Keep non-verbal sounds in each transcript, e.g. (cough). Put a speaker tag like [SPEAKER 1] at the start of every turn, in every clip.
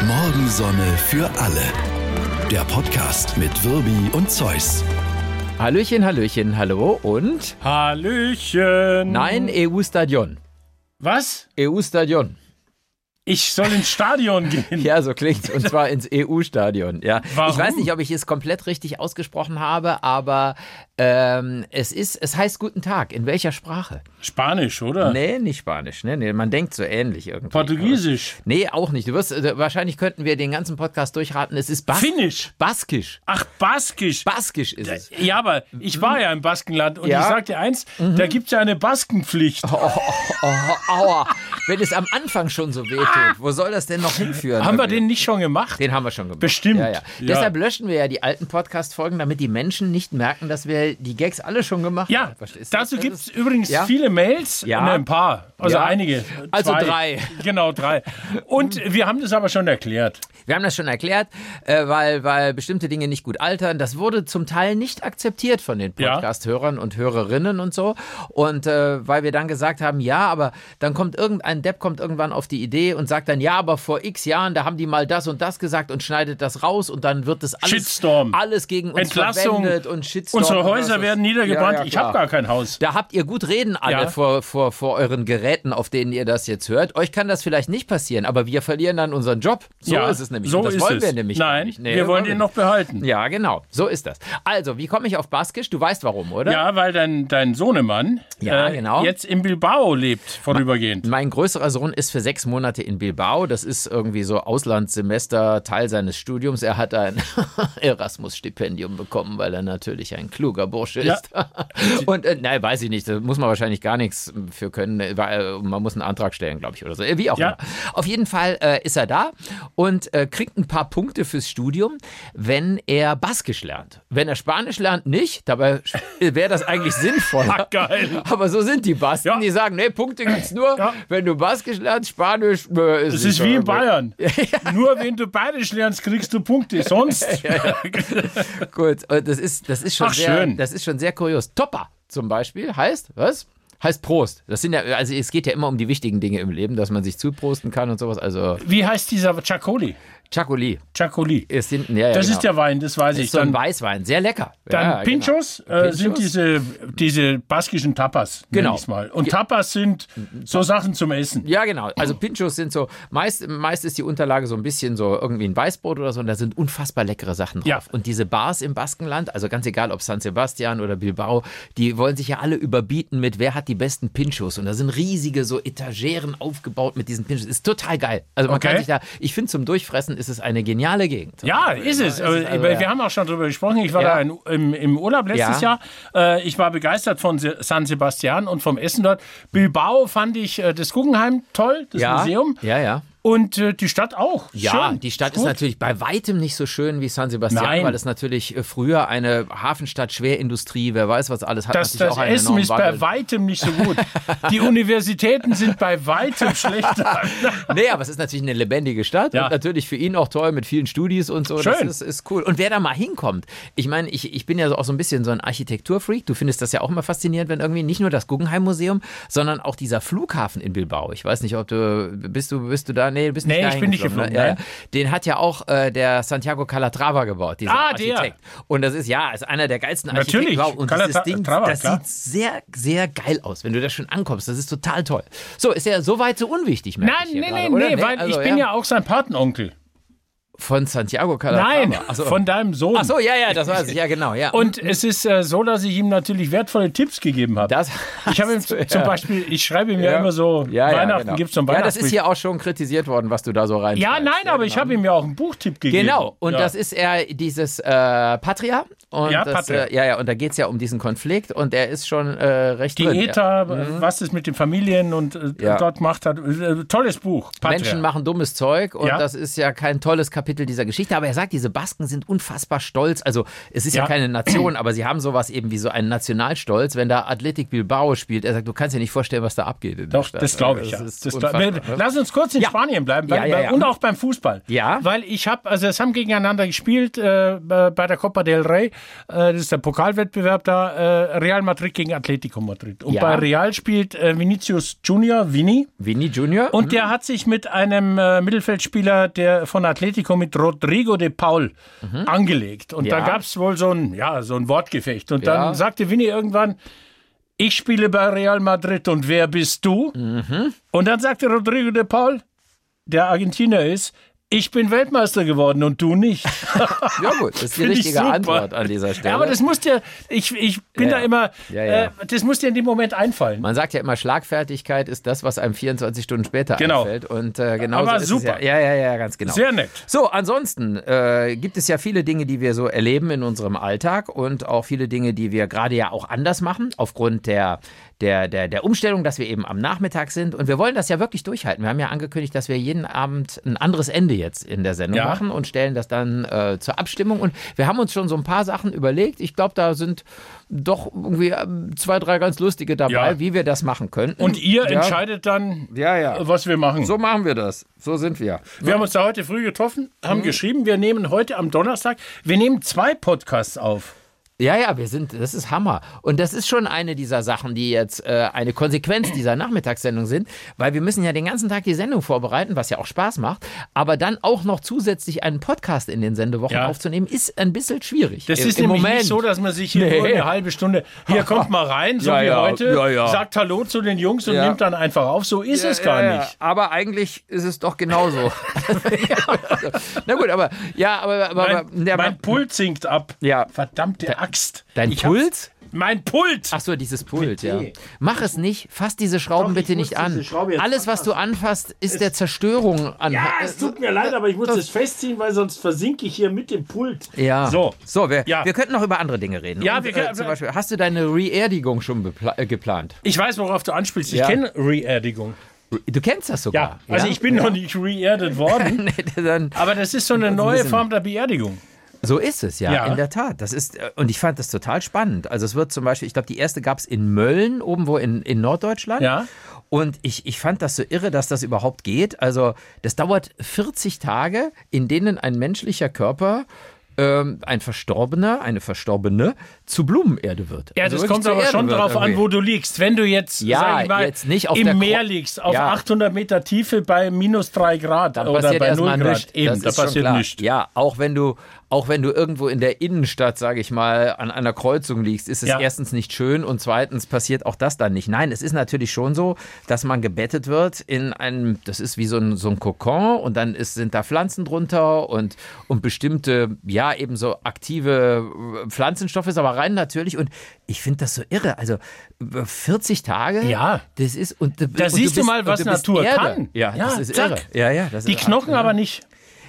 [SPEAKER 1] Morgensonne für alle. Der Podcast mit Wirbi und Zeus.
[SPEAKER 2] Hallöchen, Hallöchen, hallo und
[SPEAKER 3] Hallöchen.
[SPEAKER 2] nein, E EU-Stadion.
[SPEAKER 3] Was?
[SPEAKER 2] EU-Stadion.
[SPEAKER 3] Ich soll ins
[SPEAKER 2] (laughs)
[SPEAKER 3] Stadion gehen.
[SPEAKER 2] Ja, so klingt's. Und zwar ins EU-Stadion. Ja.
[SPEAKER 3] Warum?
[SPEAKER 2] Ich weiß nicht, ob ich es komplett richtig ausgesprochen habe, aber ähm, es ist, es heißt Guten Tag. In welcher Sprache?
[SPEAKER 3] Spanisch, oder?
[SPEAKER 2] Nee, nicht Spanisch. Nee, nee, man denkt so ähnlich irgendwie.
[SPEAKER 3] Portugiesisch.
[SPEAKER 2] Nee, auch nicht. Du wirst, äh, wahrscheinlich könnten wir den ganzen Podcast durchraten. Es ist Bas
[SPEAKER 3] Finnisch.
[SPEAKER 2] Baskisch.
[SPEAKER 3] Ach, Baskisch.
[SPEAKER 2] Baskisch ist es.
[SPEAKER 3] ja, aber ich war ja im Baskenland und
[SPEAKER 2] Ja. Mhm. Oh,
[SPEAKER 3] ich sag dir eins, da gibt es ja eine Baskenpflicht.
[SPEAKER 2] Aua, wenn es am Anfang schon so wehtut, wo soll das denn noch hinführen?
[SPEAKER 3] Haben wir
[SPEAKER 2] Irgendwie?
[SPEAKER 3] den nicht schon gemacht?
[SPEAKER 2] Den haben wir schon gemacht.
[SPEAKER 3] Bestimmt.
[SPEAKER 2] Ja, ja.
[SPEAKER 3] Ja.
[SPEAKER 2] Deshalb löschen wir ja die alten Podcast-Folgen, damit die Menschen nicht merken, dass wir die Gags alle schon gemacht
[SPEAKER 3] ja,
[SPEAKER 2] haben. Verstehst du?
[SPEAKER 3] dazu
[SPEAKER 2] Das
[SPEAKER 3] gibt es
[SPEAKER 2] ist-
[SPEAKER 3] übrigens
[SPEAKER 2] Ja.
[SPEAKER 3] viele Mails.
[SPEAKER 2] Ja.
[SPEAKER 3] Nein, ein paar. Also
[SPEAKER 2] Ja.
[SPEAKER 3] einige.
[SPEAKER 2] Also
[SPEAKER 3] Zwei.
[SPEAKER 2] drei. Mhm.
[SPEAKER 3] Genau, drei. Und wir haben das aber schon erklärt.
[SPEAKER 2] Wir haben das schon erklärt, äh, weil, weil bestimmte Dinge nicht gut altern. Das wurde zum Teil nicht akzeptiert von den
[SPEAKER 3] Ja.
[SPEAKER 2] Podcast-Hörern und Hörerinnen und so. Und äh, weil wir dann gesagt haben, ja, aber dann kommt irgendein Depp kommt irgendwann auf die Idee und sagt dann, ja, aber vor x Jahren, da haben die mal das und das gesagt und schneidet das raus und dann wird das alles,
[SPEAKER 3] Shitstorm.
[SPEAKER 2] alles gegen uns
[SPEAKER 3] Entlassung.
[SPEAKER 2] verwendet und Shitstorm.
[SPEAKER 3] Unsere
[SPEAKER 2] und was
[SPEAKER 3] Häuser
[SPEAKER 2] ist-
[SPEAKER 3] werden niedergebrannt.
[SPEAKER 2] Ja, ja,
[SPEAKER 3] ich habe
[SPEAKER 2] klar.
[SPEAKER 3] gar kein Haus.
[SPEAKER 2] Da habt ihr gut reden alle
[SPEAKER 3] Ja.
[SPEAKER 2] vor, vor, vor euren Geräten, auf denen ihr das jetzt hört. Euch kann das vielleicht nicht passieren, aber wir verlieren dann unseren Job. So
[SPEAKER 3] ja,
[SPEAKER 2] ist es nämlich.
[SPEAKER 3] So
[SPEAKER 2] Und das
[SPEAKER 3] ist
[SPEAKER 2] wollen
[SPEAKER 3] es.
[SPEAKER 2] wir nämlich gar
[SPEAKER 3] Nein,
[SPEAKER 2] nicht. Nee,
[SPEAKER 3] wir wollen
[SPEAKER 2] wir
[SPEAKER 3] den noch behalten.
[SPEAKER 2] nicht. Ja, genau. So ist das. Also, wie komme ich auf Baskisch? Du weißt warum, oder?
[SPEAKER 3] Ja, weil dein, dein Sohnemann äh,
[SPEAKER 2] Ja, genau.
[SPEAKER 3] jetzt in Bilbao lebt, vorübergehend.
[SPEAKER 2] Mein größerer Sohn ist für sechs Monate in Bilbao. Das ist irgendwie so Auslandssemester, Teil seines Studiums. Er hat ein (laughs) Erasmus-Stipendium bekommen, weil er natürlich ein kluger Bursche
[SPEAKER 3] Ja.
[SPEAKER 2] ist. (laughs) Und äh, nein, weiß ich nicht. Da muss man wahrscheinlich gar nichts für können. weil, äh, Man muss einen Antrag stellen, glaube ich, oder so. Äh, Wie auch
[SPEAKER 3] Ja.
[SPEAKER 2] immer. Auf jeden Fall äh, ist er da und äh, kriegt ein paar Punkte fürs Studium, wenn er Baskisch lernt. Wenn er Spanisch lernt, nicht. Dabei (laughs) wäre das eigentlich sinnvoller.
[SPEAKER 3] Ah, geil.
[SPEAKER 2] Aber so sind die Basken,
[SPEAKER 3] Ja.
[SPEAKER 2] die sagen, nee, Punkte gibt's nur,
[SPEAKER 3] Ja.
[SPEAKER 2] wenn du Baskisch lernst, Spanisch. Äh, ist
[SPEAKER 3] Es
[SPEAKER 2] nicht
[SPEAKER 3] ist wie in
[SPEAKER 2] so- (laughs)
[SPEAKER 3] Bayern. Nur wenn du Bayerisch lernst, kriegst du
[SPEAKER 2] (laughs)
[SPEAKER 3] Punkte. Sonst.
[SPEAKER 2] Gut, und das ist, das ist schon
[SPEAKER 3] Ach,
[SPEAKER 2] sehr,
[SPEAKER 3] schön.
[SPEAKER 2] das ist schon sehr kurios. Topper zum Beispiel heißt was? Heißt Prost. Das sind ja, also es geht ja immer um die wichtigen Dinge im Leben, dass man sich zuprosten kann und sowas. Also
[SPEAKER 3] (laughs) Wie heißt dieser Chacoli?
[SPEAKER 2] Chacoli
[SPEAKER 3] Chacoli.
[SPEAKER 2] ist hinten, ja, ja
[SPEAKER 3] Das
[SPEAKER 2] genau.
[SPEAKER 3] ist der Wein, das weiß ich.
[SPEAKER 2] ist so ein
[SPEAKER 3] Dann,
[SPEAKER 2] Weißwein, sehr lecker.
[SPEAKER 3] dann
[SPEAKER 2] ja, genau.
[SPEAKER 3] Pinchos, Äh,
[SPEAKER 2] Pinchos?
[SPEAKER 3] sind diese, diese baskischen Tapas. nenn
[SPEAKER 2] Genau.
[SPEAKER 3] ich's Mal. Und Tapas sind so Sachen zum Essen.
[SPEAKER 2] Ja, genau. Also Pinchos sind so, meist, meist ist die Unterlage so ein bisschen so irgendwie ein Weißbrot oder so und da sind unfassbar leckere Sachen drauf.
[SPEAKER 3] Ja.
[SPEAKER 2] Und diese Bars im Baskenland, also ganz egal ob San Sebastian oder Bilbao, die wollen sich ja alle überbieten mit, wer hat die besten Pinchos. Und da sind riesige so Etageren aufgebaut mit diesen Pinchos. Ist total geil. Also man
[SPEAKER 3] Okay.
[SPEAKER 2] kann sich da, ich finde zum Durchfressen ist es eine geniale Gegend.
[SPEAKER 3] Ja, ist
[SPEAKER 2] Ja, ist es,
[SPEAKER 3] es.
[SPEAKER 2] also,
[SPEAKER 3] Äh,
[SPEAKER 2] ja.
[SPEAKER 3] Wir haben auch schon drüber gesprochen. Ich war
[SPEAKER 2] Ja.
[SPEAKER 3] da in, im, im Urlaub letztes
[SPEAKER 2] Ja.
[SPEAKER 3] Jahr. Äh, Ich war begeistert von Se- San Sebastian und vom Essen dort. Bilbao fand ich äh, das Guggenheim toll, das
[SPEAKER 2] ja,
[SPEAKER 3] Museum.
[SPEAKER 2] Ja, ja.
[SPEAKER 3] Und äh, die Stadt auch.
[SPEAKER 2] Ja,
[SPEAKER 3] Schön.
[SPEAKER 2] die Stadt ist
[SPEAKER 3] Gut.
[SPEAKER 2] natürlich bei weitem nicht so schön wie San Sebastian,
[SPEAKER 3] Nein.
[SPEAKER 2] weil es natürlich äh, früher eine Hafenstadt, Schwerindustrie, wer weiß was alles hat.
[SPEAKER 3] Das,
[SPEAKER 2] natürlich
[SPEAKER 3] das
[SPEAKER 2] einen
[SPEAKER 3] Essen
[SPEAKER 2] enormen
[SPEAKER 3] ist
[SPEAKER 2] Wandel.
[SPEAKER 3] bei weitem nicht so
[SPEAKER 2] (laughs)
[SPEAKER 3] gut. Die Universitäten sind bei
[SPEAKER 2] (laughs)
[SPEAKER 3] weitem schlechter. (laughs)
[SPEAKER 2] Nee, aber es ist natürlich eine lebendige Stadt
[SPEAKER 3] Ja.
[SPEAKER 2] und natürlich für ihn auch toll mit vielen Studis und so.
[SPEAKER 3] Schön.
[SPEAKER 2] Das ist, ist cool. Und wer da mal hinkommt, ich meine, ich, ich bin ja so auch so ein bisschen so ein Architekturfreak. Du findest das ja auch immer faszinierend, wenn irgendwie nicht nur das Guggenheim-Museum, sondern auch dieser Flughafen in Bilbao. Ich weiß nicht, ob du bist du bist du da? Nee, du bist
[SPEAKER 3] Nee,
[SPEAKER 2] nicht
[SPEAKER 3] ich
[SPEAKER 2] dahin
[SPEAKER 3] bin nicht
[SPEAKER 2] geflogen, ne? Ja,
[SPEAKER 3] geflogen,
[SPEAKER 2] ja. Den hat ja auch äh, der Santiago Calatrava gebaut, dieser
[SPEAKER 3] Ah, der.
[SPEAKER 2] Architekt. Und das ist ja, ist einer der geilsten Architekten.
[SPEAKER 3] Natürlich,
[SPEAKER 2] überhaupt. Und dieses
[SPEAKER 3] Calatra-
[SPEAKER 2] Ding,
[SPEAKER 3] Trava,
[SPEAKER 2] das
[SPEAKER 3] klar.
[SPEAKER 2] sieht sehr, sehr geil aus, wenn du da schon ankommst. Das ist total toll. So, ist ja soweit so unwichtig, merke
[SPEAKER 3] Nein,
[SPEAKER 2] ich hier
[SPEAKER 3] nee,
[SPEAKER 2] gerade,
[SPEAKER 3] nee,
[SPEAKER 2] oder?
[SPEAKER 3] nee, weil
[SPEAKER 2] also,
[SPEAKER 3] ich bin ja auch sein Patenonkel.
[SPEAKER 2] von Santiago Calatrava.
[SPEAKER 3] Nein,
[SPEAKER 2] Ach so.
[SPEAKER 3] von deinem Sohn.
[SPEAKER 2] also- Ach so, ja, ja, das weiß ich, ja, genau, ja.
[SPEAKER 3] Und es ist äh, so, dass ich ihm natürlich wertvolle Tipps gegeben habe.
[SPEAKER 2] das
[SPEAKER 3] Ich habe ihm z- zum Beispiel, ich schreibe ihm (laughs) ja, immer so, Weihnachten
[SPEAKER 2] genau.
[SPEAKER 3] gibt es zum
[SPEAKER 2] Ja, das
[SPEAKER 3] Weihnachtsbrief.
[SPEAKER 2] ist hier auch schon kritisiert worden, was du da so rein.
[SPEAKER 3] ja, nein, aber ich habe ihm ja auch einen Buchtipp gegeben.
[SPEAKER 2] Genau, und
[SPEAKER 3] ja.
[SPEAKER 2] das ist er dieses äh, Patria. Und
[SPEAKER 3] Ja,
[SPEAKER 2] das,
[SPEAKER 3] Patria.
[SPEAKER 2] Äh, ja, ja, und da geht es ja um diesen Konflikt und er ist schon äh, recht
[SPEAKER 3] Die
[SPEAKER 2] drin. ja. Mhm.
[SPEAKER 3] ETA, äh, was es mit den Familien und äh,
[SPEAKER 2] Ja.
[SPEAKER 3] dort gemacht hat. Äh, Tolles Buch. Patria.
[SPEAKER 2] Menschen machen dummes Zeug und
[SPEAKER 3] Ja.
[SPEAKER 2] das ist ja kein tolles Kapitel dieser Geschichte. Aber er sagt, diese Basken sind unfassbar stolz. Also es ist ja,
[SPEAKER 3] Ja.
[SPEAKER 2] keine Nation, aber sie haben sowas eben wie so einen Nationalstolz, wenn da Athletic Bilbao spielt. Er sagt, du kannst dir nicht vorstellen, was da abgeht. In der
[SPEAKER 3] Doch,
[SPEAKER 2] Stadt.
[SPEAKER 3] das glaube ich.
[SPEAKER 2] Also,
[SPEAKER 3] Ja.
[SPEAKER 2] es ist
[SPEAKER 3] Das glaub,
[SPEAKER 2] unfassbar,
[SPEAKER 3] Wir-
[SPEAKER 2] ne?
[SPEAKER 3] Lass uns kurz in
[SPEAKER 2] Ja.
[SPEAKER 3] Spanien bleiben bei,
[SPEAKER 2] Ja, ja, ja.
[SPEAKER 3] und auch beim Fußball.
[SPEAKER 2] Ja.
[SPEAKER 3] Weil ich habe, also es haben gegeneinander gespielt äh, bei bei der Copa del Rey äh, das ist der Pokalwettbewerb da, äh, Real Madrid gegen Atletico Madrid. Und
[SPEAKER 2] Ja.
[SPEAKER 3] bei Real spielt äh, Vinicius Junior, Vini.
[SPEAKER 2] Vini Junior.
[SPEAKER 3] Und der hat sich mit einem äh, Mittelfeldspieler der von Atletico mit Rodrigo de Paul angelegt. Und
[SPEAKER 2] Mhm. Ja.
[SPEAKER 3] da gab es wohl so ein, ja, so ein Wortgefecht. Und
[SPEAKER 2] Ja.
[SPEAKER 3] dann sagte Vinny irgendwann, ich spiele bei Real Madrid und wer bist du?
[SPEAKER 2] Mhm.
[SPEAKER 3] Und dann sagte Rodrigo de Paul, der Argentinier ist, ich bin Weltmeister geworden und du nicht.
[SPEAKER 2] (laughs) ja gut, das ist die
[SPEAKER 3] Finde ich
[SPEAKER 2] richtige
[SPEAKER 3] super.
[SPEAKER 2] Antwort an dieser Stelle.
[SPEAKER 3] Ja, aber das muss dir, ich, ich bin
[SPEAKER 2] Ja,
[SPEAKER 3] da
[SPEAKER 2] ja.
[SPEAKER 3] immer,
[SPEAKER 2] Ja, ja.
[SPEAKER 3] Äh, das muss dir in dem Moment einfallen.
[SPEAKER 2] Man sagt ja immer, Schlagfertigkeit ist das, was einem 24 Stunden später
[SPEAKER 3] Genau.
[SPEAKER 2] einfällt. Und äh, genau
[SPEAKER 3] Aber
[SPEAKER 2] so ist
[SPEAKER 3] super.
[SPEAKER 2] Es ja. ja, ja, ja, ganz genau.
[SPEAKER 3] Sehr nett.
[SPEAKER 2] So, ansonsten äh, gibt es ja viele Dinge, die wir so erleben in unserem Alltag und auch viele Dinge, die wir gerade ja auch anders machen, aufgrund der, der, der, der Umstellung, dass wir eben am Nachmittag sind. Und wir wollen das ja wirklich durchhalten. Wir haben ja angekündigt, dass wir jeden Abend ein anderes Ende jetzt in der Sendung
[SPEAKER 3] Ja.
[SPEAKER 2] machen und stellen das dann äh, zur Abstimmung. Und wir haben uns schon so ein paar Sachen überlegt. Ich glaube, da sind doch irgendwie ähm, zwei, drei ganz lustige dabei,
[SPEAKER 3] Ja.
[SPEAKER 2] wie wir das machen können.
[SPEAKER 3] Und ihr
[SPEAKER 2] ja.
[SPEAKER 3] entscheidet dann,
[SPEAKER 2] Ja, ja.
[SPEAKER 3] was wir machen.
[SPEAKER 2] So machen wir das. So sind wir.
[SPEAKER 3] Wir haben uns da heute früh getroffen, haben
[SPEAKER 2] Mhm.
[SPEAKER 3] geschrieben, wir nehmen heute am Donnerstag, wir nehmen zwei Podcasts auf.
[SPEAKER 2] Ja, ja, wir sind, das ist Hammer. Und das ist schon eine dieser Sachen, die jetzt äh, eine Konsequenz dieser Nachmittagssendung sind, weil wir müssen ja den ganzen Tag die Sendung vorbereiten, was ja auch Spaß macht, aber dann auch noch zusätzlich einen Podcast in den Sendewochen
[SPEAKER 3] Ja.
[SPEAKER 2] aufzunehmen, ist ein bisschen schwierig.
[SPEAKER 3] Das
[SPEAKER 2] Im-
[SPEAKER 3] ist
[SPEAKER 2] im
[SPEAKER 3] nämlich
[SPEAKER 2] Moment.
[SPEAKER 3] nicht so, dass man sich hier
[SPEAKER 2] Nee.
[SPEAKER 3] nur eine halbe Stunde, hier kommt mal rein,
[SPEAKER 2] (laughs)
[SPEAKER 3] so
[SPEAKER 2] Ja,
[SPEAKER 3] wie
[SPEAKER 2] ja,
[SPEAKER 3] heute,
[SPEAKER 2] ja, ja.
[SPEAKER 3] sagt Hallo zu den Jungs und
[SPEAKER 2] Ja.
[SPEAKER 3] nimmt dann einfach auf. So ist es gar
[SPEAKER 2] Ja, ja,
[SPEAKER 3] nicht.
[SPEAKER 2] Aber eigentlich ist es doch
[SPEAKER 3] (laughs)
[SPEAKER 2] genauso. (laughs) Na gut, aber ja, aber, aber, aber
[SPEAKER 3] Mein,
[SPEAKER 2] ja,
[SPEAKER 3] mein Puls sinkt ab.
[SPEAKER 2] Ja.
[SPEAKER 3] Verdammte Axt.
[SPEAKER 2] dein
[SPEAKER 3] Ich hab's-
[SPEAKER 2] Puls?
[SPEAKER 3] Mein Pult!
[SPEAKER 2] Ach so, dieses Pult, ja.
[SPEAKER 4] Bitte.
[SPEAKER 2] Mach es nicht, fass diese Schrauben
[SPEAKER 4] Doch, ich
[SPEAKER 2] bitte
[SPEAKER 4] muss
[SPEAKER 2] nicht an.
[SPEAKER 4] diese Schraube jetzt
[SPEAKER 2] Alles, was du anfasst, ist der Zerstörung an.
[SPEAKER 3] Ah,
[SPEAKER 2] Äh,
[SPEAKER 4] Ja, es tut mir leid, aber ich muss das festziehen, weil sonst versinke ich hier mit dem Pult.
[SPEAKER 2] Ja.
[SPEAKER 3] So.
[SPEAKER 2] so wir,
[SPEAKER 3] Ja.
[SPEAKER 2] wir könnten noch über andere Dinge reden.
[SPEAKER 3] Ja,
[SPEAKER 2] Und,
[SPEAKER 3] wir können-
[SPEAKER 2] äh, zum Beispiel, hast du deine Reerdigung schon bepla- äh, geplant?
[SPEAKER 3] Ich weiß, worauf du anspielst. Ich
[SPEAKER 2] Ja.
[SPEAKER 3] kenne Reerdigung.
[SPEAKER 2] Du kennst das
[SPEAKER 3] Ja,
[SPEAKER 2] sogar.
[SPEAKER 3] also ich bin noch nicht reerdet worden,
[SPEAKER 2] (laughs) Nee, dann,
[SPEAKER 3] aber das ist so
[SPEAKER 2] Also,
[SPEAKER 3] eine neue Form der Beerdigung.
[SPEAKER 2] So ist es, ja,
[SPEAKER 3] Ja.
[SPEAKER 2] in der Tat. Das ist, äh, und ich fand das total spannend. Also es wird zum Beispiel, ich glaube, die erste gab es in Mölln, oben wo in, in Norddeutschland.
[SPEAKER 3] Ja.
[SPEAKER 2] Und ich, ich fand das so irre, dass das überhaupt geht. Also das dauert 40 Tage, in denen ein menschlicher Körper, ähm, ein Verstorbener, eine Verstorbene, zu Blumenerde wird.
[SPEAKER 3] Ja,
[SPEAKER 2] Also
[SPEAKER 3] das
[SPEAKER 2] wirklich
[SPEAKER 3] kommt
[SPEAKER 2] zur
[SPEAKER 3] aber
[SPEAKER 2] Erde
[SPEAKER 3] schon
[SPEAKER 2] wird
[SPEAKER 3] drauf an,
[SPEAKER 2] irgendwie.
[SPEAKER 3] wo du liegst. Wenn du jetzt,
[SPEAKER 2] Ja,
[SPEAKER 3] sag ich mal,
[SPEAKER 2] jetzt nicht auf der
[SPEAKER 3] im
[SPEAKER 2] Kro-
[SPEAKER 3] Meer liegst, auf
[SPEAKER 2] Ja.
[SPEAKER 3] 800 Meter Tiefe bei minus 3 Grad
[SPEAKER 2] Da
[SPEAKER 3] oder
[SPEAKER 2] passiert
[SPEAKER 3] bei 0
[SPEAKER 2] erstmal
[SPEAKER 3] Grad.
[SPEAKER 2] nichts. das
[SPEAKER 3] Eben, da
[SPEAKER 2] ist schon
[SPEAKER 3] passiert
[SPEAKER 2] klar.
[SPEAKER 3] nichts.
[SPEAKER 2] Ja, auch wenn du, auch wenn du irgendwo in der Innenstadt, sage ich mal, an einer Kreuzung liegst, ist es
[SPEAKER 3] Ja.
[SPEAKER 2] erstens nicht schön und zweitens passiert auch das dann nicht. Nein, es ist natürlich schon so, dass man gebettet wird in einem, das ist wie so ein, so ein Kokon und dann ist, sind da Pflanzen drunter und, und bestimmte, ja, eben so aktive äh, Pflanzenstoffe, ist aber rein natürlich und ich finde das so irre. Also äh, 40 Tage,
[SPEAKER 3] Ja.
[SPEAKER 2] das ist, und, da
[SPEAKER 3] siehst du mal, was Natur kann.
[SPEAKER 2] Ja,
[SPEAKER 3] Ja,
[SPEAKER 2] das ist
[SPEAKER 3] zack.
[SPEAKER 2] irre. Ja, ja, das
[SPEAKER 3] Die
[SPEAKER 2] ist
[SPEAKER 3] Knochen aber nicht.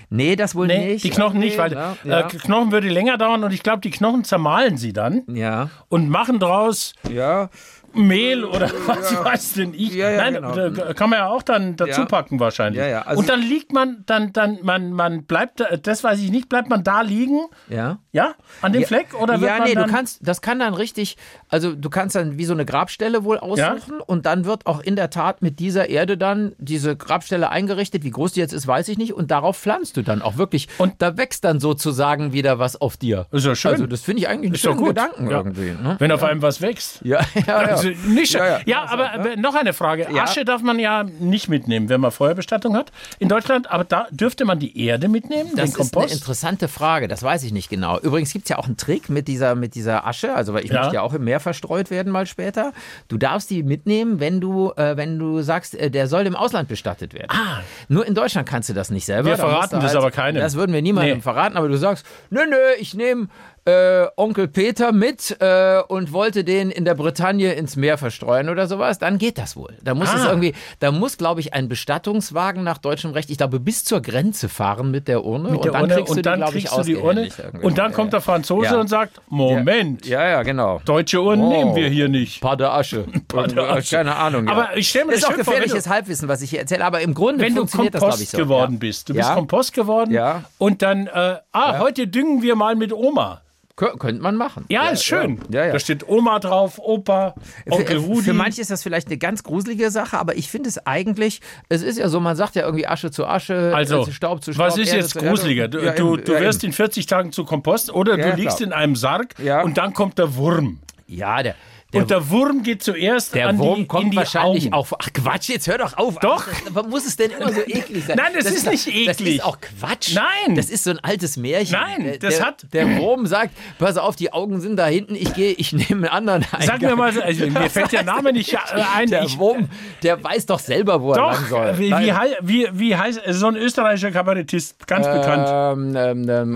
[SPEAKER 2] Nee, das wohl
[SPEAKER 3] Nee,
[SPEAKER 2] nicht.
[SPEAKER 3] die Knochen nicht, weil
[SPEAKER 2] Ja, ja.
[SPEAKER 3] äh, Knochen würde länger dauern und ich glaube, die Knochen zermahlen sie dann
[SPEAKER 2] ja.
[SPEAKER 3] und machen draus
[SPEAKER 2] ja.
[SPEAKER 3] Mehl oder was weiß denn ich.
[SPEAKER 2] Ja, ja,
[SPEAKER 3] Nein,
[SPEAKER 2] genau.
[SPEAKER 3] da kann man ja auch dann dazu
[SPEAKER 2] Ja.
[SPEAKER 3] packen wahrscheinlich.
[SPEAKER 2] Ja, ja, also-
[SPEAKER 3] und dann liegt man, dann, dann, man, man bleibt, da- das weiß ich nicht, bleibt man da liegen,
[SPEAKER 2] Ja.
[SPEAKER 3] ja, an dem Fleck oder wird
[SPEAKER 2] ja,
[SPEAKER 3] man
[SPEAKER 2] nee,
[SPEAKER 3] dann
[SPEAKER 2] du kannst, das kann dann richtig, also du kannst dann wie so eine Grabstelle wohl aussuchen und dann wird auch in der Tat mit dieser Erde dann diese Grabstelle eingerichtet. Wie groß die jetzt ist, weiß ich nicht. Und darauf pflanzt du dann auch wirklich. Und da wächst dann sozusagen wieder was auf dir.
[SPEAKER 3] Ist ja schön.
[SPEAKER 2] Also das finde ich eigentlich einen
[SPEAKER 3] Ist doch
[SPEAKER 2] schönen
[SPEAKER 3] gut.
[SPEAKER 2] Gedanken
[SPEAKER 3] Ja.
[SPEAKER 2] irgendwie. Ne?
[SPEAKER 3] Wenn auf einem was wächst.
[SPEAKER 2] Ja, (laughs) ja, ja.
[SPEAKER 3] Also nicht,
[SPEAKER 2] Ja,
[SPEAKER 3] ja,
[SPEAKER 2] ja.
[SPEAKER 3] aber äh, noch eine Frage.
[SPEAKER 2] Ja.
[SPEAKER 3] Asche darf man ja nicht mitnehmen, wenn man Feuerbestattung hat in Deutschland, aber da dürfte man die Erde
[SPEAKER 2] Das
[SPEAKER 3] mitnehmen, Hm, den
[SPEAKER 2] ist eine
[SPEAKER 3] Kompost.
[SPEAKER 2] interessante Frage, das weiß ich nicht genau. Übrigens gibt es ja auch einen Trick mit dieser, mit dieser Asche, also weil ich
[SPEAKER 3] Ja.
[SPEAKER 2] möchte ja auch im Meer verstreut werden mal später. Du darfst die mitnehmen, wenn du, äh, wenn du sagst, äh, der soll im Ausland bestattet werden. Ah. Nur in Deutschland kannst du das nicht selber.
[SPEAKER 3] Wir
[SPEAKER 2] Da musst
[SPEAKER 3] verraten
[SPEAKER 2] du halt
[SPEAKER 3] das aber keinem.
[SPEAKER 2] Das würden wir niemandem
[SPEAKER 3] Nee.
[SPEAKER 2] verraten, aber du sagst, nö, nö, ich nehme äh, Onkel Peter mit äh, und wollte den in der Bretagne ins Meer verstreuen oder sowas, dann geht das wohl. Da muss es
[SPEAKER 3] Ah.
[SPEAKER 2] irgendwie, da muss, glaube ich, ein Bestattungswagen nach deutschem Recht, ich glaube, bis zur Grenze fahren mit der Urne
[SPEAKER 3] mit der
[SPEAKER 2] und dann
[SPEAKER 3] Urne,
[SPEAKER 2] kriegst du
[SPEAKER 3] und dann
[SPEAKER 2] die, glaub ich,
[SPEAKER 3] kriegst du die Urne.
[SPEAKER 2] ausgehändigt irgendwie.
[SPEAKER 3] Und dann
[SPEAKER 2] Ja,
[SPEAKER 3] kommt
[SPEAKER 2] ja.
[SPEAKER 3] der Franzose
[SPEAKER 2] Ja.
[SPEAKER 3] und sagt: Moment,
[SPEAKER 2] Ja, ja, genau.
[SPEAKER 3] deutsche Uhren
[SPEAKER 2] Oh.
[SPEAKER 3] nehmen wir hier nicht.
[SPEAKER 2] Pader
[SPEAKER 3] (laughs)
[SPEAKER 2] Asche.
[SPEAKER 3] der Asche.
[SPEAKER 2] Keine Ahnung. ja.
[SPEAKER 3] Aber ich stell mir
[SPEAKER 2] ist
[SPEAKER 3] das
[SPEAKER 2] auch
[SPEAKER 3] schön vor, wenn
[SPEAKER 2] gefährliches Halbwissen, was ich hier erzähle, aber im Grunde
[SPEAKER 3] Wenn du
[SPEAKER 2] funktioniert das, glaube ich,
[SPEAKER 3] Kompost
[SPEAKER 2] so.
[SPEAKER 3] geworden
[SPEAKER 2] ja.
[SPEAKER 3] bist, du
[SPEAKER 2] ja.
[SPEAKER 3] bist Kompost geworden
[SPEAKER 2] Ja.
[SPEAKER 3] und dann, äh, ah, heute düngen wir mal mit Oma.
[SPEAKER 2] Kö- könnte man machen.
[SPEAKER 3] Ja, ist schön.
[SPEAKER 2] Ja, ja.
[SPEAKER 3] Da steht Oma drauf, Opa, Onkel
[SPEAKER 2] Für, äh,
[SPEAKER 3] Rudi.
[SPEAKER 2] für manche ist das vielleicht eine ganz gruselige Sache, aber ich finde es eigentlich, es ist ja so, man sagt ja irgendwie Asche zu Asche,
[SPEAKER 3] also,
[SPEAKER 2] äh, Staub zu Staub.
[SPEAKER 3] was ist
[SPEAKER 2] Erde
[SPEAKER 3] jetzt
[SPEAKER 2] zu Erde.
[SPEAKER 3] gruseliger? Du,
[SPEAKER 2] Ja,
[SPEAKER 3] du,
[SPEAKER 2] eben,
[SPEAKER 3] du
[SPEAKER 2] ja,
[SPEAKER 3] wirst
[SPEAKER 2] eben.
[SPEAKER 3] in 40 Tagen zu Kompost oder
[SPEAKER 2] Ja, ja,
[SPEAKER 3] du liegst
[SPEAKER 2] klar.
[SPEAKER 3] in einem Sarg
[SPEAKER 2] Ja.
[SPEAKER 3] und dann kommt der Wurm.
[SPEAKER 2] Ja, der, der,
[SPEAKER 3] und der Wurm geht zuerst
[SPEAKER 2] der
[SPEAKER 3] an
[SPEAKER 2] Wurm
[SPEAKER 3] die, in
[SPEAKER 2] kommt
[SPEAKER 3] die
[SPEAKER 2] wahrscheinlich
[SPEAKER 3] Augen.
[SPEAKER 2] auch. Ach Quatsch, jetzt hör doch auf.
[SPEAKER 3] Doch.
[SPEAKER 2] Ach, Warum muss es denn immer so eklig sein?
[SPEAKER 3] Nein, das ist
[SPEAKER 2] doch-
[SPEAKER 3] nicht
[SPEAKER 2] Das
[SPEAKER 3] eklig.
[SPEAKER 2] ist auch Quatsch.
[SPEAKER 3] Nein.
[SPEAKER 2] Das ist so ein altes Märchen.
[SPEAKER 3] Nein,
[SPEAKER 2] Der-
[SPEAKER 3] das
[SPEAKER 2] der,
[SPEAKER 3] hat-
[SPEAKER 2] Der Wurm sagt, pass auf, die Augen sind da hinten, ich gehe, ich nehme einen anderen Eingang.
[SPEAKER 3] Sag mir mal,
[SPEAKER 2] (laughs)
[SPEAKER 3] also, mir fällt der Name nicht ein.
[SPEAKER 2] Der
[SPEAKER 3] Ich,
[SPEAKER 2] Wurm, der weiß doch selber, wo er lang
[SPEAKER 3] doch, äh,
[SPEAKER 2] soll.
[SPEAKER 3] wie,
[SPEAKER 2] Nein.
[SPEAKER 3] wie, hei- wie, wie heißt so ein österreichischer Kabarettist, ganz bekannt.
[SPEAKER 2] Ähm, ähm, ähm,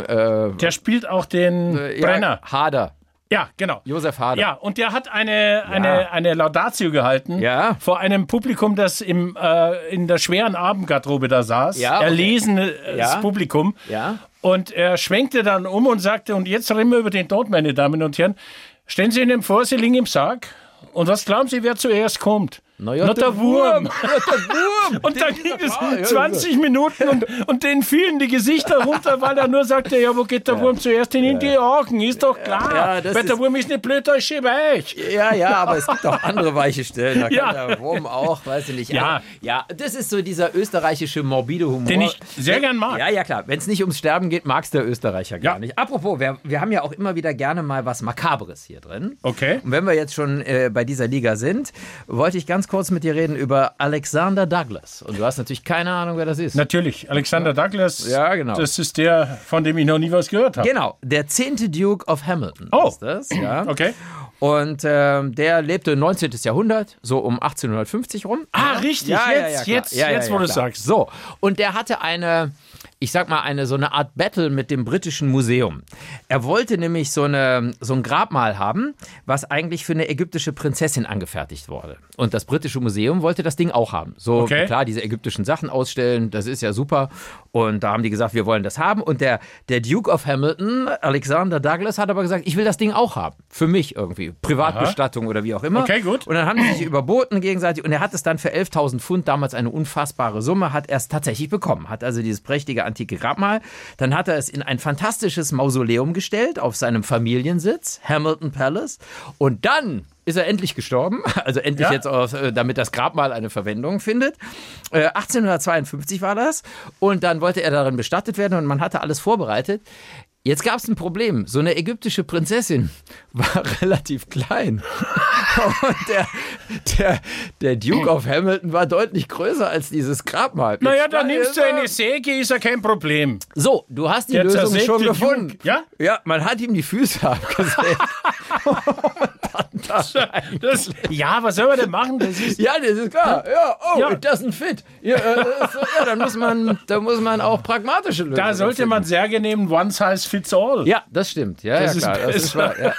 [SPEAKER 2] äh,
[SPEAKER 3] Der spielt auch den
[SPEAKER 2] ja,
[SPEAKER 3] Brenner.
[SPEAKER 2] Hader.
[SPEAKER 3] Ja, genau.
[SPEAKER 2] Josef Hader.
[SPEAKER 3] Ja, und der hat eine, eine, eine Laudatio gehalten
[SPEAKER 2] Ja.
[SPEAKER 3] vor einem Publikum, das im, äh, in der schweren Abendgarderobe da saß.
[SPEAKER 2] Ja, okay.
[SPEAKER 3] Erlesenes
[SPEAKER 2] Ja.
[SPEAKER 3] Publikum.
[SPEAKER 2] Ja.
[SPEAKER 3] Und er schwenkte dann um und sagte, und jetzt reden wir über den Tod, meine Damen und Herren. Stellen Sie Ihnen vor, Sie liegen im Sarg. Und was glauben Sie, wer zuerst kommt?
[SPEAKER 2] Na ja,
[SPEAKER 3] Not
[SPEAKER 2] der
[SPEAKER 3] der
[SPEAKER 2] (laughs)
[SPEAKER 3] Wurm.
[SPEAKER 2] Wurm. Ah,
[SPEAKER 3] Und dann ging es
[SPEAKER 2] Ja, ja,
[SPEAKER 3] 20 Minuten und, und denen fielen die Gesichter runter, weil er nur sagte, ja, wo geht der Wurm zuerst hin? In die Augen, ist doch klar.
[SPEAKER 2] Ja, das
[SPEAKER 3] weil der
[SPEAKER 2] ist-
[SPEAKER 3] Wurm ist nicht blöd, als ist weich.
[SPEAKER 2] Ja, ja, aber es gibt auch andere weiche Stellen. Da
[SPEAKER 3] Ja.
[SPEAKER 2] kann der Wurm auch, weiß ich nicht.
[SPEAKER 3] Ja.
[SPEAKER 2] ja, das ist so dieser österreichische morbide Humor.
[SPEAKER 3] Den ich sehr gern mag.
[SPEAKER 2] Ja, ja, klar. Wenn es nicht ums Sterben geht, mag's der Österreicher gar
[SPEAKER 3] Ja.
[SPEAKER 2] nicht. Apropos, wir, wir haben ja auch immer wieder gerne mal was Makabres hier drin.
[SPEAKER 3] Okay.
[SPEAKER 2] Und wenn wir jetzt schon äh, bei dieser Liga sind, wollte ich ganz kurz mit dir reden über Alexander Douglas. Und du hast natürlich keine Ahnung, wer das ist.
[SPEAKER 3] Natürlich, Alexander Douglas.
[SPEAKER 2] Ja, genau.
[SPEAKER 3] Das ist der, von dem ich noch nie was gehört habe.
[SPEAKER 2] Genau, der zehnte Duke of Hamilton
[SPEAKER 3] Oh.
[SPEAKER 2] ist das. Ja.
[SPEAKER 3] Okay.
[SPEAKER 2] Und ähm, der lebte 19. Jahrhundert, so um 1850 rum.
[SPEAKER 3] Ah, richtig,
[SPEAKER 2] Ja, ja, ja,
[SPEAKER 3] jetzt,
[SPEAKER 2] klar.
[SPEAKER 3] jetzt,
[SPEAKER 2] Ja, ja,
[SPEAKER 3] jetzt,
[SPEAKER 2] ja,
[SPEAKER 3] wo du
[SPEAKER 2] klar.
[SPEAKER 3] sagst.
[SPEAKER 2] So, und der hatte eine, ich sag mal, eine so eine Art Battle mit dem britischen Museum. Er wollte nämlich so, eine, so ein Grabmal haben, was eigentlich für eine ägyptische Prinzessin angefertigt wurde. Und das britische Museum wollte das Ding auch haben. So,
[SPEAKER 3] Okay.
[SPEAKER 2] klar, diese ägyptischen Sachen ausstellen, das ist ja super. Und da haben die gesagt, wir wollen das haben. Und der, der Duke of Hamilton, Alexander Douglas, hat aber gesagt, ich will das Ding auch haben. Für mich irgendwie. Privatbestattung oder wie auch immer.
[SPEAKER 3] Okay, gut.
[SPEAKER 2] Und dann haben die sich überboten gegenseitig und er hat es dann für 11.000 Pfund, damals eine unfassbare Summe, hat er es tatsächlich bekommen. Hat also dieses prächtige antike Grabmal. Dann hat er es in ein fantastisches Mausoleum gestellt auf seinem Familiensitz, Hamilton Palace. Und dann ist er endlich gestorben, (laughs) also endlich
[SPEAKER 3] Ja.
[SPEAKER 2] jetzt, aus, äh, damit das Grabmal eine Verwendung findet. Äh, 1852 war das und dann wollte er darin bestattet werden und man hatte alles vorbereitet. Jetzt gab es ein Problem. So eine ägyptische Prinzessin (laughs) war relativ klein. Und der, der, der Duke of Hamilton war deutlich größer als dieses Grabmal.
[SPEAKER 3] Naja,
[SPEAKER 2] Jetzt
[SPEAKER 3] dann
[SPEAKER 2] war-
[SPEAKER 3] nimmst du eine Säge, ist ja
[SPEAKER 2] (laughs)
[SPEAKER 3] kein Problem.
[SPEAKER 2] So, du hast die
[SPEAKER 3] Der
[SPEAKER 2] Lösung
[SPEAKER 3] zersägte
[SPEAKER 2] schon
[SPEAKER 3] Duke,
[SPEAKER 2] gefunden.
[SPEAKER 3] ja?
[SPEAKER 2] Ja, man hat ihm die Füße (laughs) abgesägt. Und dann da rein.
[SPEAKER 3] Das, ja, was soll man denn machen?
[SPEAKER 2] (laughs)
[SPEAKER 3] Das ist,
[SPEAKER 2] Ja, das ist klar. Ja, oh,
[SPEAKER 3] Ja.
[SPEAKER 2] it doesn't fit. Ja, äh, das ist, ja, dann muss man, da muss man auch pragmatische Lösungen.
[SPEAKER 3] da sollte man Särge nehmen, one size fits all.
[SPEAKER 2] Ja, das stimmt. Ja,
[SPEAKER 3] Das
[SPEAKER 2] ja
[SPEAKER 3] ist
[SPEAKER 2] klar. das ist
[SPEAKER 3] besser.
[SPEAKER 2] wahr. Ja.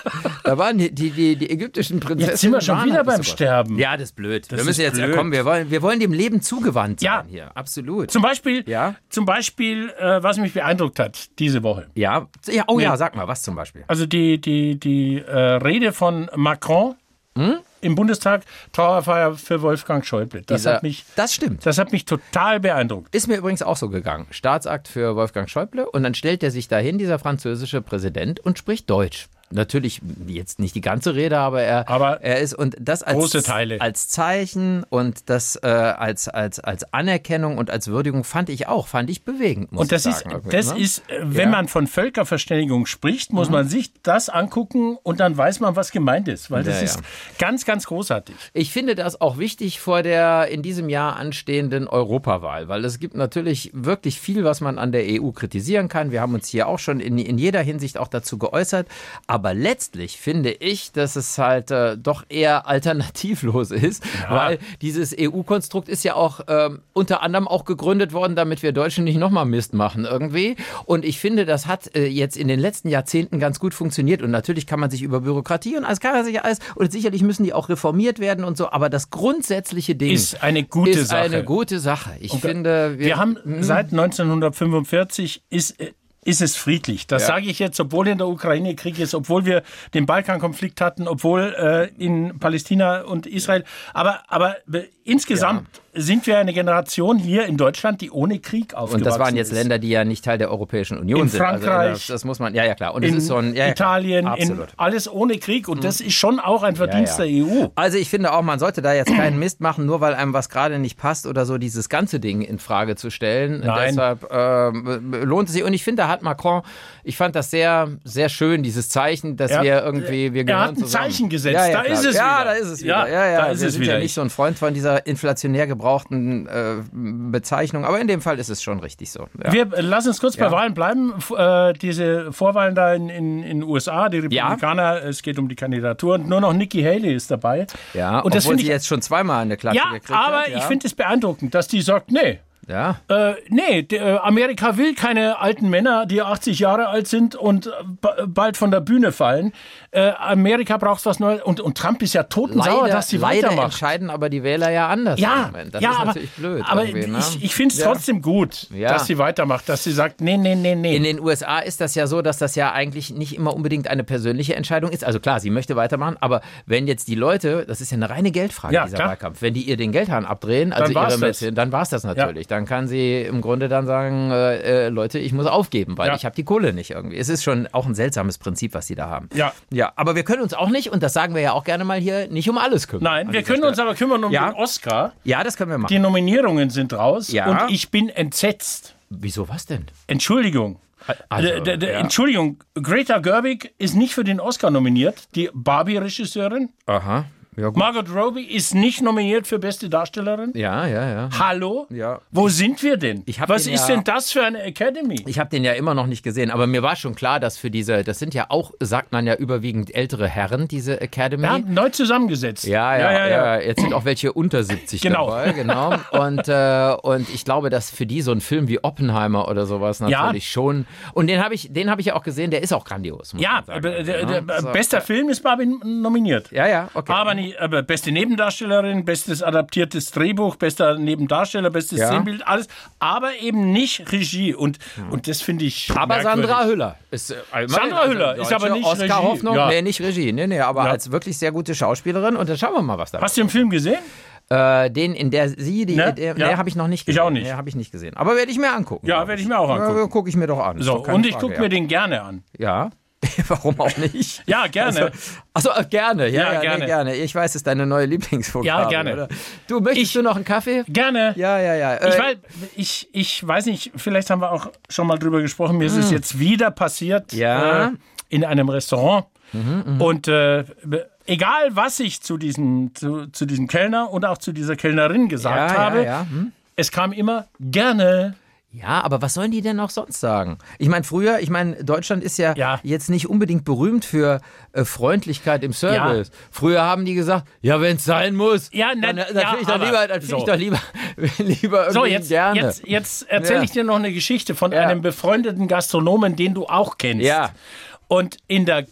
[SPEAKER 2] Da waren die, die, die, die ägyptischen Prinzessinnen.
[SPEAKER 3] Jetzt sind wir schon
[SPEAKER 2] waren
[SPEAKER 3] wieder
[SPEAKER 2] halt
[SPEAKER 3] beim
[SPEAKER 2] sowas.
[SPEAKER 3] Sterben.
[SPEAKER 2] Ja, das ist blöd. wir müssen
[SPEAKER 3] ist
[SPEAKER 2] jetzt
[SPEAKER 3] blöd.
[SPEAKER 2] ja kommen. Wir wollen, wir wollen dem Leben zugewandt sein
[SPEAKER 3] Ja.
[SPEAKER 2] hier. Absolut.
[SPEAKER 3] Zum Beispiel,
[SPEAKER 2] Ja.
[SPEAKER 3] zum Beispiel äh, was mich beeindruckt hat diese Woche.
[SPEAKER 2] ja. ja. Oh ja, sag mal, was zum Beispiel?
[SPEAKER 3] Also die, die, die äh, Rede von Macron
[SPEAKER 2] Hm?
[SPEAKER 3] im Bundestag, Trauerfeier für Wolfgang Schäuble. Das,
[SPEAKER 2] Dieser-
[SPEAKER 3] hat mich,
[SPEAKER 2] das stimmt.
[SPEAKER 3] das hat mich total beeindruckt.
[SPEAKER 2] Ist mir übrigens auch so gegangen. Staatsakt für Wolfgang Schäuble und dann stellt er sich dahin, dieser französische Präsident, und spricht Deutsch. Natürlich jetzt nicht die ganze Rede, aber er,
[SPEAKER 3] Aber
[SPEAKER 2] er ist und das als,
[SPEAKER 3] große Teile.
[SPEAKER 2] als Zeichen und das äh, als, als, als Anerkennung und als Würdigung fand ich auch, fand ich bewegend. Muss
[SPEAKER 3] Und das
[SPEAKER 2] ich
[SPEAKER 3] ist,
[SPEAKER 2] sagen, irgendwie,
[SPEAKER 3] das
[SPEAKER 2] ne?
[SPEAKER 3] ist, äh, wenn
[SPEAKER 2] Ja. Mhm.
[SPEAKER 3] man von Völkerverständigung spricht, muss man sich das angucken und dann weiß man, was gemeint ist. Weil das
[SPEAKER 2] Ja, ja.
[SPEAKER 3] ist ganz, ganz großartig.
[SPEAKER 2] Ich finde das auch wichtig vor der in diesem Jahr anstehenden Europawahl, weil es gibt natürlich wirklich viel, was man an der EU kritisieren kann. Wir haben uns hier auch schon in, in jeder Hinsicht auch dazu geäußert. Aber letztlich finde ich, dass es halt äh, doch eher (laughs) alternativlos ist,
[SPEAKER 3] Ah.
[SPEAKER 2] weil dieses EU-Konstrukt ist ja auch ähm, unter anderem auch gegründet worden, damit wir Deutschen nicht nochmal Mist machen irgendwie. Und ich finde, das hat äh, jetzt in den letzten Jahrzehnten ganz gut funktioniert. Und natürlich kann man sich über Bürokratie und alles kann man sich alles und sicherlich müssen die auch reformiert werden und so. Aber das grundsätzliche Ding
[SPEAKER 3] Ist eine gute
[SPEAKER 2] ist
[SPEAKER 3] Sache.
[SPEAKER 2] eine gute Sache. Ich finde, wir, hm, mhm.
[SPEAKER 3] Wir haben seit 1945 ist, äh, ist es friedlich. Das
[SPEAKER 2] Ja.
[SPEAKER 3] sage ich jetzt, obwohl in der Ukraine Krieg ist, obwohl wir den Balkankonflikt hatten, obwohl äh, in Palästina und Israel. Aber, aber be- insgesamt sind wir eine Generation hier in Deutschland, die ohne Krieg aufgewachsen
[SPEAKER 2] Und das waren jetzt
[SPEAKER 3] ist.
[SPEAKER 2] Länder, die ja nicht Teil der Europäischen Union
[SPEAKER 3] In
[SPEAKER 2] sind. Also das,
[SPEAKER 3] Frankreich,
[SPEAKER 2] das muss man, ja, ja, klar. Und es
[SPEAKER 3] In
[SPEAKER 2] ist so ein, ja, ja, klar.
[SPEAKER 3] Italien, in
[SPEAKER 2] absolut. Mhm.
[SPEAKER 3] alles ohne Krieg. Und das ist schon auch ein Verdienst
[SPEAKER 2] Ja,
[SPEAKER 3] der E EU.
[SPEAKER 2] Also ich finde auch, man sollte da jetzt keinen Mist machen, nur weil einem was gerade nicht passt oder so, dieses ganze Ding in Frage zu stellen.
[SPEAKER 3] Nein.
[SPEAKER 2] Deshalb ähm, lohnt es sich. Und ich finde, da hat Macron, ich fand das sehr, sehr schön, dieses Zeichen, dass
[SPEAKER 3] Ja.
[SPEAKER 2] wir irgendwie, wir
[SPEAKER 3] Er
[SPEAKER 2] gehören
[SPEAKER 3] hat ein
[SPEAKER 2] zusammen.
[SPEAKER 3] Zeichen gesetzt.
[SPEAKER 2] Ja, ja,
[SPEAKER 3] da
[SPEAKER 2] klar.
[SPEAKER 3] ist es
[SPEAKER 2] ja,
[SPEAKER 3] wieder.
[SPEAKER 2] da ist es wieder. Ja, ja,
[SPEAKER 3] da ist
[SPEAKER 2] wir
[SPEAKER 3] es
[SPEAKER 2] sind
[SPEAKER 3] wieder.
[SPEAKER 2] ja nicht so ein Freund von dieser inflationär gebrauchten äh, Bezeichnung, aber in dem Fall ist es schon richtig so. Ja.
[SPEAKER 3] Wir äh, lassen uns kurz bei Wahlen bleiben. F äh, diese Vorwahlen da in in, in USA, die
[SPEAKER 2] Ja.
[SPEAKER 3] Republikaner, es geht um die Kandidaturen. Nur noch Nikki Haley ist dabei.
[SPEAKER 2] ja,
[SPEAKER 3] und das
[SPEAKER 2] obwohl
[SPEAKER 3] finde
[SPEAKER 2] sie
[SPEAKER 3] ich.
[SPEAKER 2] jetzt schon zweimal eine Klatsche
[SPEAKER 3] Ja,
[SPEAKER 2] gekriegt
[SPEAKER 3] aber
[SPEAKER 2] hat. Ja,
[SPEAKER 3] ich finde es beeindruckend, dass die sagt, nee.
[SPEAKER 2] Ja.
[SPEAKER 3] Äh, nee, d- äh, Amerika will keine alten Männer, die 80 Jahre alt sind und äh, ba- bald von der Bühne fallen. Äh, Amerika braucht was Neues. Und, und Trump ist ja totensauer,
[SPEAKER 2] leider,
[SPEAKER 3] dass sie
[SPEAKER 2] leider
[SPEAKER 3] weitermacht.
[SPEAKER 2] entscheiden aber die Wähler ja anders. im
[SPEAKER 3] Ja,
[SPEAKER 2] Moment. das
[SPEAKER 3] ja
[SPEAKER 2] ist
[SPEAKER 3] aber,
[SPEAKER 2] natürlich blöd.
[SPEAKER 3] aber
[SPEAKER 2] irgendwie, ne?
[SPEAKER 3] ich, ich finde es
[SPEAKER 2] Ja.
[SPEAKER 3] trotzdem gut,
[SPEAKER 2] Ja.
[SPEAKER 3] dass sie weitermacht, dass sie sagt, nee, nee, nee, nee.
[SPEAKER 2] In den USA ist das ja so, dass das ja eigentlich nicht immer unbedingt eine persönliche Entscheidung ist. Also klar, sie möchte weitermachen, aber wenn jetzt die Leute, das ist ja eine reine Geldfrage,
[SPEAKER 3] Ja,
[SPEAKER 2] dieser
[SPEAKER 3] klar.
[SPEAKER 2] Wahlkampf, wenn die ihr den Geldhahn abdrehen, also
[SPEAKER 3] war's
[SPEAKER 2] ihre
[SPEAKER 3] das.
[SPEAKER 2] Mitte, dann war es das natürlich. Dann kann sie im Grunde dann sagen, äh, äh, Leute, ich muss aufgeben, weil
[SPEAKER 3] Ja.
[SPEAKER 2] ich habe die Kohle nicht irgendwie. Es ist schon auch ein seltsames Prinzip, was sie da haben.
[SPEAKER 3] Ja.
[SPEAKER 2] ja, aber wir können uns auch nicht, und das sagen wir ja auch gerne mal hier, nicht um alles kümmern.
[SPEAKER 3] Nein,
[SPEAKER 2] an
[SPEAKER 3] wir
[SPEAKER 2] dieser
[SPEAKER 3] können
[SPEAKER 2] Stelle.
[SPEAKER 3] uns aber kümmern um
[SPEAKER 2] Ja.
[SPEAKER 3] den Oscar.
[SPEAKER 2] Ja, das können wir machen.
[SPEAKER 3] Die Nominierungen sind raus
[SPEAKER 2] Ja.
[SPEAKER 3] und ich bin entsetzt.
[SPEAKER 2] Wieso was denn?
[SPEAKER 3] Entschuldigung. Äh,
[SPEAKER 2] Also,
[SPEAKER 3] D- d- d-
[SPEAKER 2] ja.
[SPEAKER 3] Entschuldigung, Greta Gerwig ist nicht für den Oscar nominiert, die Barbie-Regisseurin.
[SPEAKER 2] Aha. Ja, gut.
[SPEAKER 3] Margot Robbie ist nicht nominiert für beste Darstellerin.
[SPEAKER 2] Ja, ja, ja.
[SPEAKER 3] Hallo?
[SPEAKER 2] Ja.
[SPEAKER 3] Wo sind wir denn?
[SPEAKER 2] Ich hab
[SPEAKER 3] Was
[SPEAKER 2] den
[SPEAKER 3] ist
[SPEAKER 2] ja-
[SPEAKER 3] denn das für eine Academy?
[SPEAKER 2] Ich habe den ja immer noch nicht gesehen, aber mir war schon klar, dass für diese, das sind ja auch, sagt man ja überwiegend ältere Herren, diese Academy.
[SPEAKER 3] Wir haben neu zusammengesetzt.
[SPEAKER 2] Ja, ja, ja, Jetzt sind auch welche unter 70
[SPEAKER 3] Genau.
[SPEAKER 2] dabei, genau. Und, äh, und ich glaube, dass für die so ein Film wie Oppenheimer oder sowas
[SPEAKER 3] Ja.
[SPEAKER 2] natürlich schon. Und den habe ich, den habe ich ja auch gesehen, der ist auch grandios. Muss
[SPEAKER 3] Ja,
[SPEAKER 2] man sagen,
[SPEAKER 3] aber der,
[SPEAKER 2] ne?
[SPEAKER 3] der,
[SPEAKER 2] So.
[SPEAKER 3] bester Film ist Barbie nominiert.
[SPEAKER 2] Ja, ja, okay.
[SPEAKER 3] Aber, nicht, aber beste Nebendarstellerin, bestes adaptiertes Drehbuch, bester Nebendarsteller, bestes
[SPEAKER 2] Ja.
[SPEAKER 3] Szenenbild, alles. Aber eben nicht Regie. Und,
[SPEAKER 2] Hm.
[SPEAKER 3] und das finde ich.
[SPEAKER 2] Aber
[SPEAKER 3] merkwürdig.
[SPEAKER 2] Sandra Hüller ist äh, immerhin
[SPEAKER 3] Sandra
[SPEAKER 2] also
[SPEAKER 3] Hüller ist
[SPEAKER 2] deutsche
[SPEAKER 3] aber nicht
[SPEAKER 2] Oscar
[SPEAKER 3] Regie.
[SPEAKER 2] Hoffnung,
[SPEAKER 3] Ja.
[SPEAKER 2] nee, nicht Regie, nee, nee, aber
[SPEAKER 3] Ja.
[SPEAKER 2] als wirklich sehr gute Schauspielerin und dann schauen wir mal, was da
[SPEAKER 3] Hast du den Film gesehen?
[SPEAKER 2] Äh, den, in der sie, die,
[SPEAKER 3] Ne?
[SPEAKER 2] der,
[SPEAKER 3] Ja.
[SPEAKER 2] nee, habe ich noch nicht
[SPEAKER 3] Ich
[SPEAKER 2] gesehen.
[SPEAKER 3] auch nicht.
[SPEAKER 2] Nee, habe ich nicht gesehen. Aber werde ich mir angucken.
[SPEAKER 3] Ja,
[SPEAKER 2] glaub
[SPEAKER 3] werde ich mir auch angucken.
[SPEAKER 2] Ja, gucke ich mir doch an. Ist
[SPEAKER 3] So,
[SPEAKER 2] doch keine
[SPEAKER 3] und ich
[SPEAKER 2] Frage,
[SPEAKER 3] gucke
[SPEAKER 2] ja.
[SPEAKER 3] mir den gerne an.
[SPEAKER 2] Ja. (laughs) Warum auch nicht?
[SPEAKER 3] Ja, gerne.
[SPEAKER 2] Also, achso, äh, gerne. Ja,
[SPEAKER 3] Ja,
[SPEAKER 2] ja, gerne.
[SPEAKER 3] gerne.
[SPEAKER 2] Nee, gerne. Ich weiß, es ist deine neue Lieblingsvokabel.
[SPEAKER 3] Ja, gerne.
[SPEAKER 2] Oder? Du, möchtest du noch einen Kaffee?
[SPEAKER 3] Gerne.
[SPEAKER 2] Ja, ja, ja. Äh,
[SPEAKER 3] Ich, weiß, ich, ich weiß nicht, vielleicht haben wir auch schon mal drüber gesprochen. Mir ist
[SPEAKER 2] Hm.
[SPEAKER 3] es jetzt wieder passiert
[SPEAKER 2] Ja. Mhm,
[SPEAKER 3] äh, in einem Restaurant. und äh, be- egal, was ich zu diesem, zu, zu diesem Kellner und auch zu dieser Kellnerin gesagt
[SPEAKER 2] ja,
[SPEAKER 3] habe,
[SPEAKER 2] ja, ja. Hm?
[SPEAKER 3] es kam immer gerne.
[SPEAKER 2] ja, aber was sollen die denn auch sonst sagen? Ich meine, früher, ich meine, Deutschland ist ja,
[SPEAKER 3] Ja.
[SPEAKER 2] jetzt nicht unbedingt berühmt für äh, Freundlichkeit im Service. Früher haben die gesagt, ja, wenn es sein muss,
[SPEAKER 3] Ja, na-
[SPEAKER 2] dann, äh, dann
[SPEAKER 3] ja,
[SPEAKER 2] finde ich doch
[SPEAKER 3] aber-
[SPEAKER 2] lieber, dann finde
[SPEAKER 3] so.
[SPEAKER 2] ich doch lieber, (laughs) lieber irgendwie
[SPEAKER 3] So, jetzt,
[SPEAKER 2] Hm, gerne.
[SPEAKER 3] jetzt, jetzt erzähle
[SPEAKER 2] Ja.
[SPEAKER 3] ich dir noch eine Geschichte von
[SPEAKER 2] Ja.
[SPEAKER 3] einem befreundeten Gastronomen, den du auch kennst.
[SPEAKER 2] Ja.
[SPEAKER 3] Und in der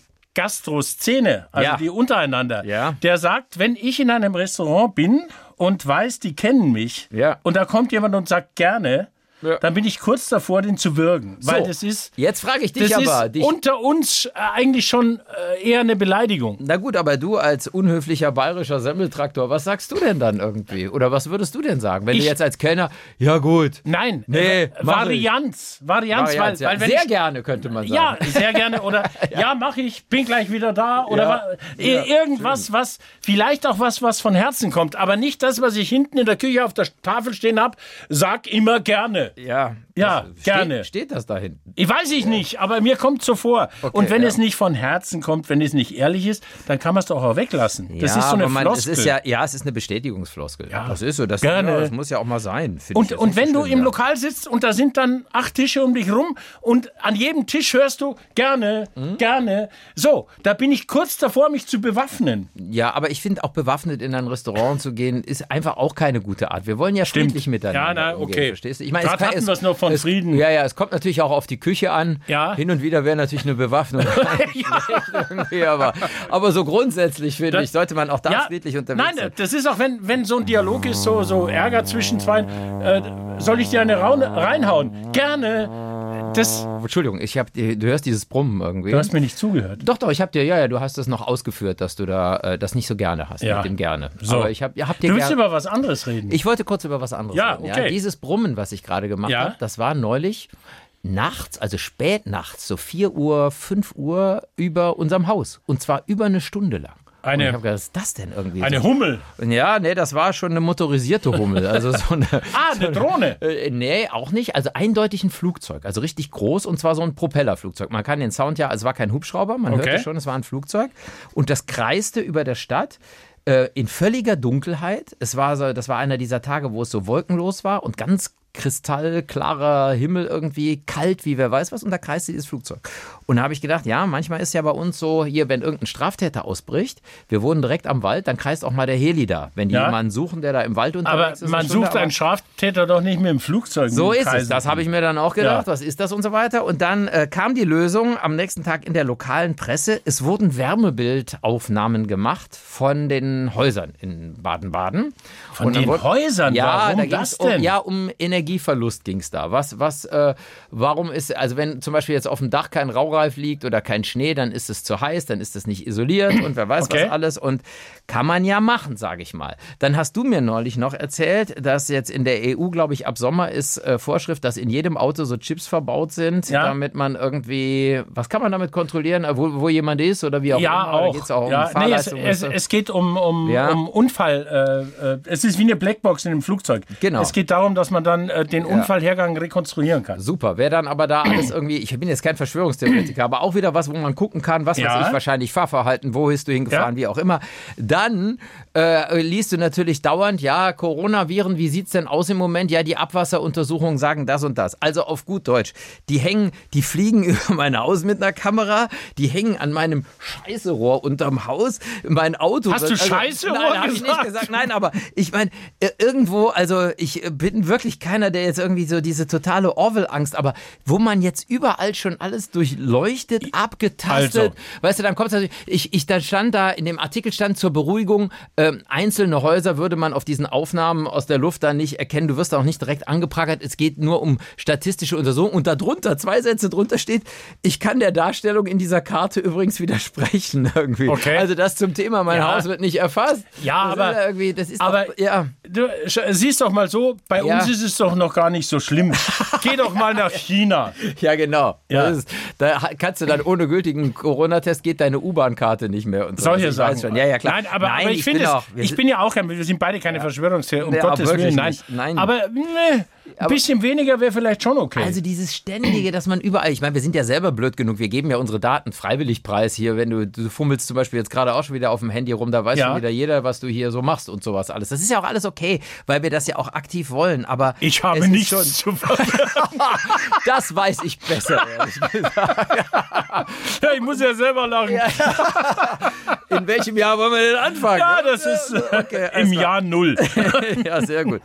[SPEAKER 3] Gastroszene, also
[SPEAKER 2] Ja.
[SPEAKER 3] die untereinander,
[SPEAKER 2] Ja.
[SPEAKER 3] der sagt, wenn ich in einem Restaurant bin und weiß, die kennen mich,
[SPEAKER 2] Ja.
[SPEAKER 3] und da kommt jemand und sagt gerne,
[SPEAKER 2] Ja.
[SPEAKER 3] dann bin ich kurz davor, den zu würgen. Weil
[SPEAKER 2] So.
[SPEAKER 3] das ist,
[SPEAKER 2] Jetzt frage ich dich
[SPEAKER 3] das
[SPEAKER 2] aber.
[SPEAKER 3] ist
[SPEAKER 2] Dich,
[SPEAKER 3] unter uns äh, eigentlich schon äh, eher eine Beleidigung.
[SPEAKER 2] na gut, aber du als unhöflicher bayerischer Semmeltraktor, was sagst du denn dann irgendwie? Oder was würdest du denn sagen, wenn
[SPEAKER 3] Ich-
[SPEAKER 2] du jetzt als Kellner, ja gut,
[SPEAKER 3] Nein,
[SPEAKER 2] Nee,
[SPEAKER 3] äh,
[SPEAKER 2] mach ich.
[SPEAKER 3] Varianz, Varianz,
[SPEAKER 2] ja,
[SPEAKER 3] weil,
[SPEAKER 2] ja,
[SPEAKER 3] weil wenn
[SPEAKER 2] sehr
[SPEAKER 3] ich,
[SPEAKER 2] gerne könnte man
[SPEAKER 3] Ja,
[SPEAKER 2] sagen.
[SPEAKER 3] (laughs) sehr gerne.
[SPEAKER 2] (laughs)
[SPEAKER 3] Oder ja, mache ich, bin gleich wieder da. Oder
[SPEAKER 2] Ja.
[SPEAKER 3] wa- i- irgendwas, was vielleicht auch was, was von Herzen kommt, aber nicht das, was ich hinten in der Küche auf der Tafel stehen habe. Sag immer gerne.
[SPEAKER 2] Ja,
[SPEAKER 3] Ja,
[SPEAKER 2] das-
[SPEAKER 3] gerne.
[SPEAKER 2] Steht, steht das da hinten?
[SPEAKER 3] Ich weiß ich nicht, aber mir kommt so vor. Und wenn
[SPEAKER 2] ja.
[SPEAKER 3] es nicht von Herzen kommt, wenn es nicht ehrlich ist, dann kann man es doch auch weglassen. Das
[SPEAKER 2] ja,
[SPEAKER 3] ist so eine
[SPEAKER 2] aber man, es
[SPEAKER 3] Floskel.
[SPEAKER 2] ist ja, ja, es ist eine Bestätigungsfloskel. Ja, das ist so, das,
[SPEAKER 3] gerne.
[SPEAKER 2] Ja, das muss ja auch mal sein. finde ich
[SPEAKER 3] und,
[SPEAKER 2] jetzt
[SPEAKER 3] und
[SPEAKER 2] nicht so
[SPEAKER 3] wenn du
[SPEAKER 2] schlimm,
[SPEAKER 3] im
[SPEAKER 2] ja.
[SPEAKER 3] Lokal sitzt und da sind dann acht Tische um dich rum und an jedem Tisch hörst du gerne,
[SPEAKER 2] Mhm.
[SPEAKER 3] gerne. So, da bin ich kurz davor, mich zu bewaffnen.
[SPEAKER 2] Ja, aber ich finde auch bewaffnet in ein Restaurant zu gehen, ist einfach auch keine gute Art. Wir wollen ja friedlich miteinander
[SPEAKER 3] Ja, na,
[SPEAKER 2] umgehen,
[SPEAKER 3] okay.
[SPEAKER 2] verstehst du? Ich meine,
[SPEAKER 3] Grad hatten wir's noch von
[SPEAKER 2] es,
[SPEAKER 3] Frieden.
[SPEAKER 2] Ja, ja, es kommt natürlich auch auf die Küche an.
[SPEAKER 3] Ja.
[SPEAKER 2] Hin und wieder wäre natürlich eine
[SPEAKER 3] (laughs)
[SPEAKER 2] Bewaffnung. Irgendwie, aber, aber so grundsätzlich, finde
[SPEAKER 3] Das-
[SPEAKER 2] ich, sollte man auch da friedlich unterwegs
[SPEAKER 3] Nein,
[SPEAKER 2] sein.
[SPEAKER 3] das ist auch, wenn, wenn so ein Dialog ist, so, so Ärger zwischen zwei. Äh, soll ich dir eine Raune, reinhauen? Gerne. das?
[SPEAKER 2] Entschuldigung, ich hab, du hörst dieses Brummen irgendwie.
[SPEAKER 3] Du hast mir nicht zugehört.
[SPEAKER 2] Doch, doch, ich hab dir, ja, ja, du hast das noch ausgeführt, dass du da äh, das nicht so gerne hast
[SPEAKER 3] Ja.
[SPEAKER 2] mit dem gerne.
[SPEAKER 3] So.
[SPEAKER 2] Aber ich hab, ja, hab dir
[SPEAKER 3] Du willst
[SPEAKER 2] gerne.
[SPEAKER 3] über was anderes reden.
[SPEAKER 2] Ich wollte kurz über was anderes
[SPEAKER 3] Ja,
[SPEAKER 2] reden. Ja,
[SPEAKER 3] okay.
[SPEAKER 2] dieses Brummen, was ich gerade gemacht
[SPEAKER 3] Ja.
[SPEAKER 2] habe, das war neulich nachts, also spät nachts, so 4 Uhr, 5 Uhr über unserem Haus. Und zwar über eine Stunde lang.
[SPEAKER 3] Eine-
[SPEAKER 2] Und ich habe gedacht, was ist das denn irgendwie?
[SPEAKER 3] Eine Hummel.
[SPEAKER 2] so? Ja, nee, das war schon eine motorisierte Hummel. Also so eine,
[SPEAKER 3] (laughs) Ah,
[SPEAKER 2] (laughs)
[SPEAKER 3] eine Drohne.
[SPEAKER 2] Äh, nee, auch nicht. Also eindeutig ein Flugzeug. Also richtig groß und zwar so ein Propellerflugzeug. Man kann den Sound ja, also es war kein Hubschrauber, man
[SPEAKER 3] Okay.
[SPEAKER 2] hörte schon, es war ein Flugzeug. Und das kreiste über der Stadt äh, in völliger Dunkelheit. Es war so, das war einer dieser Tage, wo es so wolkenlos war und ganz kristallklarer Himmel irgendwie, kalt wie wer weiß was und da kreiste dieses Flugzeug. Und da habe ich gedacht, ja, manchmal ist ja bei uns so, hier, wenn irgendein Straftäter ausbricht, wir wohnen direkt am Wald, dann kreist auch mal der Heli da, wenn die
[SPEAKER 3] Ja.
[SPEAKER 2] jemanden suchen, der da im Wald
[SPEAKER 3] Aber
[SPEAKER 2] unterwegs ist. eine
[SPEAKER 3] man
[SPEAKER 2] Stunde,
[SPEAKER 3] sucht
[SPEAKER 2] aber-
[SPEAKER 3] einen Straftäter doch nicht mit dem Flugzeug.
[SPEAKER 2] so
[SPEAKER 3] mit dem
[SPEAKER 2] ist es.
[SPEAKER 3] Kreisen.
[SPEAKER 2] Das habe ich mir dann auch gedacht.
[SPEAKER 3] Ja.
[SPEAKER 2] Was ist das und so weiter? Und dann äh, kam die Lösung am nächsten Tag in der lokalen Presse. Es wurden Wärmebildaufnahmen gemacht von den Häusern in Baden-Baden.
[SPEAKER 3] Von den Häusern?
[SPEAKER 2] Ja,
[SPEAKER 3] Warum
[SPEAKER 2] da
[SPEAKER 3] das
[SPEAKER 2] ging's Um,
[SPEAKER 3] denn?
[SPEAKER 2] ja, um Energieverlust ging es da. Was, was, äh, warum ist, also wenn zum Beispiel jetzt auf dem Dach kein Raureif liegt oder kein Schnee, dann ist es zu heiß, dann ist es nicht isoliert und wer weiß
[SPEAKER 3] Okay.
[SPEAKER 2] was alles. Und kann man ja machen, sage ich mal. Dann hast du mir neulich noch erzählt, dass jetzt in der EU, glaube ich, ab Sommer ist äh, Vorschrift, dass in jedem Auto so Chips verbaut sind,
[SPEAKER 3] Ja.
[SPEAKER 2] damit man irgendwie, was kann man damit kontrollieren, Äh, wo, wo jemand ist oder wie auch
[SPEAKER 3] Ja,
[SPEAKER 2] immer. Da
[SPEAKER 3] auch.
[SPEAKER 2] geht's auch
[SPEAKER 3] ja,
[SPEAKER 2] um
[SPEAKER 3] nee, es,
[SPEAKER 2] Fahrleistung. und
[SPEAKER 3] es,
[SPEAKER 2] so.
[SPEAKER 3] es geht um, um,
[SPEAKER 2] Ja.
[SPEAKER 3] um Unfall. Äh, äh, es ist wie eine Blackbox in einem Flugzeug.
[SPEAKER 2] Genau.
[SPEAKER 3] Es geht darum, dass man dann äh, den Unfallhergang rekonstruieren kann.
[SPEAKER 2] Super. Wer dann aber da alles irgendwie, ich bin jetzt kein Verschwörungstheoretiker, aber auch wieder was, wo man gucken kann, was
[SPEAKER 3] Ja.
[SPEAKER 2] weiß ich, wahrscheinlich Fahrverhalten, wo bist du hingefahren,
[SPEAKER 3] Ja.
[SPEAKER 2] wie auch immer. Dann äh, liest du natürlich dauernd, ja, Coronaviren, wie sieht's denn aus im Moment? Ja, die Abwasseruntersuchungen sagen das und das. Also auf gut Deutsch. Die hängen, die fliegen (laughs) über mein Haus mit einer Kamera, die hängen an meinem Scheißerohr unterm Haus, mein Auto. also,
[SPEAKER 3] Hast du Scheißerohr
[SPEAKER 2] Nein, hab ich nicht
[SPEAKER 3] gesagt?
[SPEAKER 2] gesagt. Nein, aber ich meine, äh, irgendwo, also ich äh, bin wirklich keiner, der jetzt irgendwie so diese totale Orwell-Angst, aber wo man jetzt überall schon alles durchleuchtet,
[SPEAKER 3] also.
[SPEAKER 2] abgetastet, weißt du, dann kommt es natürlich, ich, ich, dann stand da, in dem Artikel stand zur Beruhigung, ähm, einzelne Häuser würde man auf diesen Aufnahmen aus der Luft dann nicht erkennen, du wirst auch nicht direkt angeprangert, es geht nur um statistische Untersuchungen und darunter, zwei Sätze drunter steht, ich kann der Darstellung in dieser Karte übrigens widersprechen (laughs) irgendwie.
[SPEAKER 3] Okay.
[SPEAKER 2] Also das zum Thema, mein
[SPEAKER 3] Ja.
[SPEAKER 2] Haus wird nicht erfasst.
[SPEAKER 3] Ja,
[SPEAKER 2] Das
[SPEAKER 3] aber-
[SPEAKER 2] ist ja irgendwie, das ist
[SPEAKER 3] aber-
[SPEAKER 2] doch, ja.
[SPEAKER 3] Du sch- siehst doch mal so, bei
[SPEAKER 2] Ja.
[SPEAKER 3] uns ist es doch noch gar nicht so
[SPEAKER 2] (laughs)
[SPEAKER 3] schlimm. Geh doch mal nach China.
[SPEAKER 2] ja, genau.
[SPEAKER 3] Ja.
[SPEAKER 2] Das ist, da ha- kannst
[SPEAKER 3] (laughs)
[SPEAKER 2] du dann ohne gültigen Corona-Test geht deine U-Bahn-Karte nicht mehr. Und so. Also
[SPEAKER 3] Solche
[SPEAKER 2] ich
[SPEAKER 3] Sachen.
[SPEAKER 2] Weiß schon. Ja, ja, klar.
[SPEAKER 3] Nein, aber, aber ich,
[SPEAKER 2] bin
[SPEAKER 3] finde es,
[SPEAKER 2] auch- wir
[SPEAKER 3] ich
[SPEAKER 2] sind-
[SPEAKER 3] bin ja auch kein, wir sind beide keine Verschwörungstheorie, um
[SPEAKER 2] Ja,
[SPEAKER 3] Gottes
[SPEAKER 2] wirklich
[SPEAKER 3] Willen, nein.
[SPEAKER 2] nicht. Nein.
[SPEAKER 3] Aber ne, ein bisschen weniger wäre vielleicht schon okay.
[SPEAKER 2] Also dieses Ständige, dass man überall, ich meine, wir sind ja selber blöd genug, wir geben ja unsere Daten freiwillig preis hier, wenn du, du fummelst zum Beispiel jetzt gerade auch schon wieder auf dem Handy rum, da weiß
[SPEAKER 3] Ja.
[SPEAKER 2] schon wieder jeder, was du hier so machst und sowas alles. Das ist ja auch alles okay, weil wir das ja auch aktiv wollen, aber
[SPEAKER 3] ich habe
[SPEAKER 2] es ist
[SPEAKER 3] nichts
[SPEAKER 2] schon- (laughs)
[SPEAKER 3] zu verbergen.
[SPEAKER 2] das weiß ich besser. ehrlich
[SPEAKER 3] Ja, ich muss ja selber lachen. Ja,
[SPEAKER 2] In welchem Jahr wollen wir denn anfangen?
[SPEAKER 3] das ist äh,
[SPEAKER 2] Okay, alles
[SPEAKER 3] im
[SPEAKER 2] klar.
[SPEAKER 3] Jahr Null.
[SPEAKER 2] ja, sehr gut.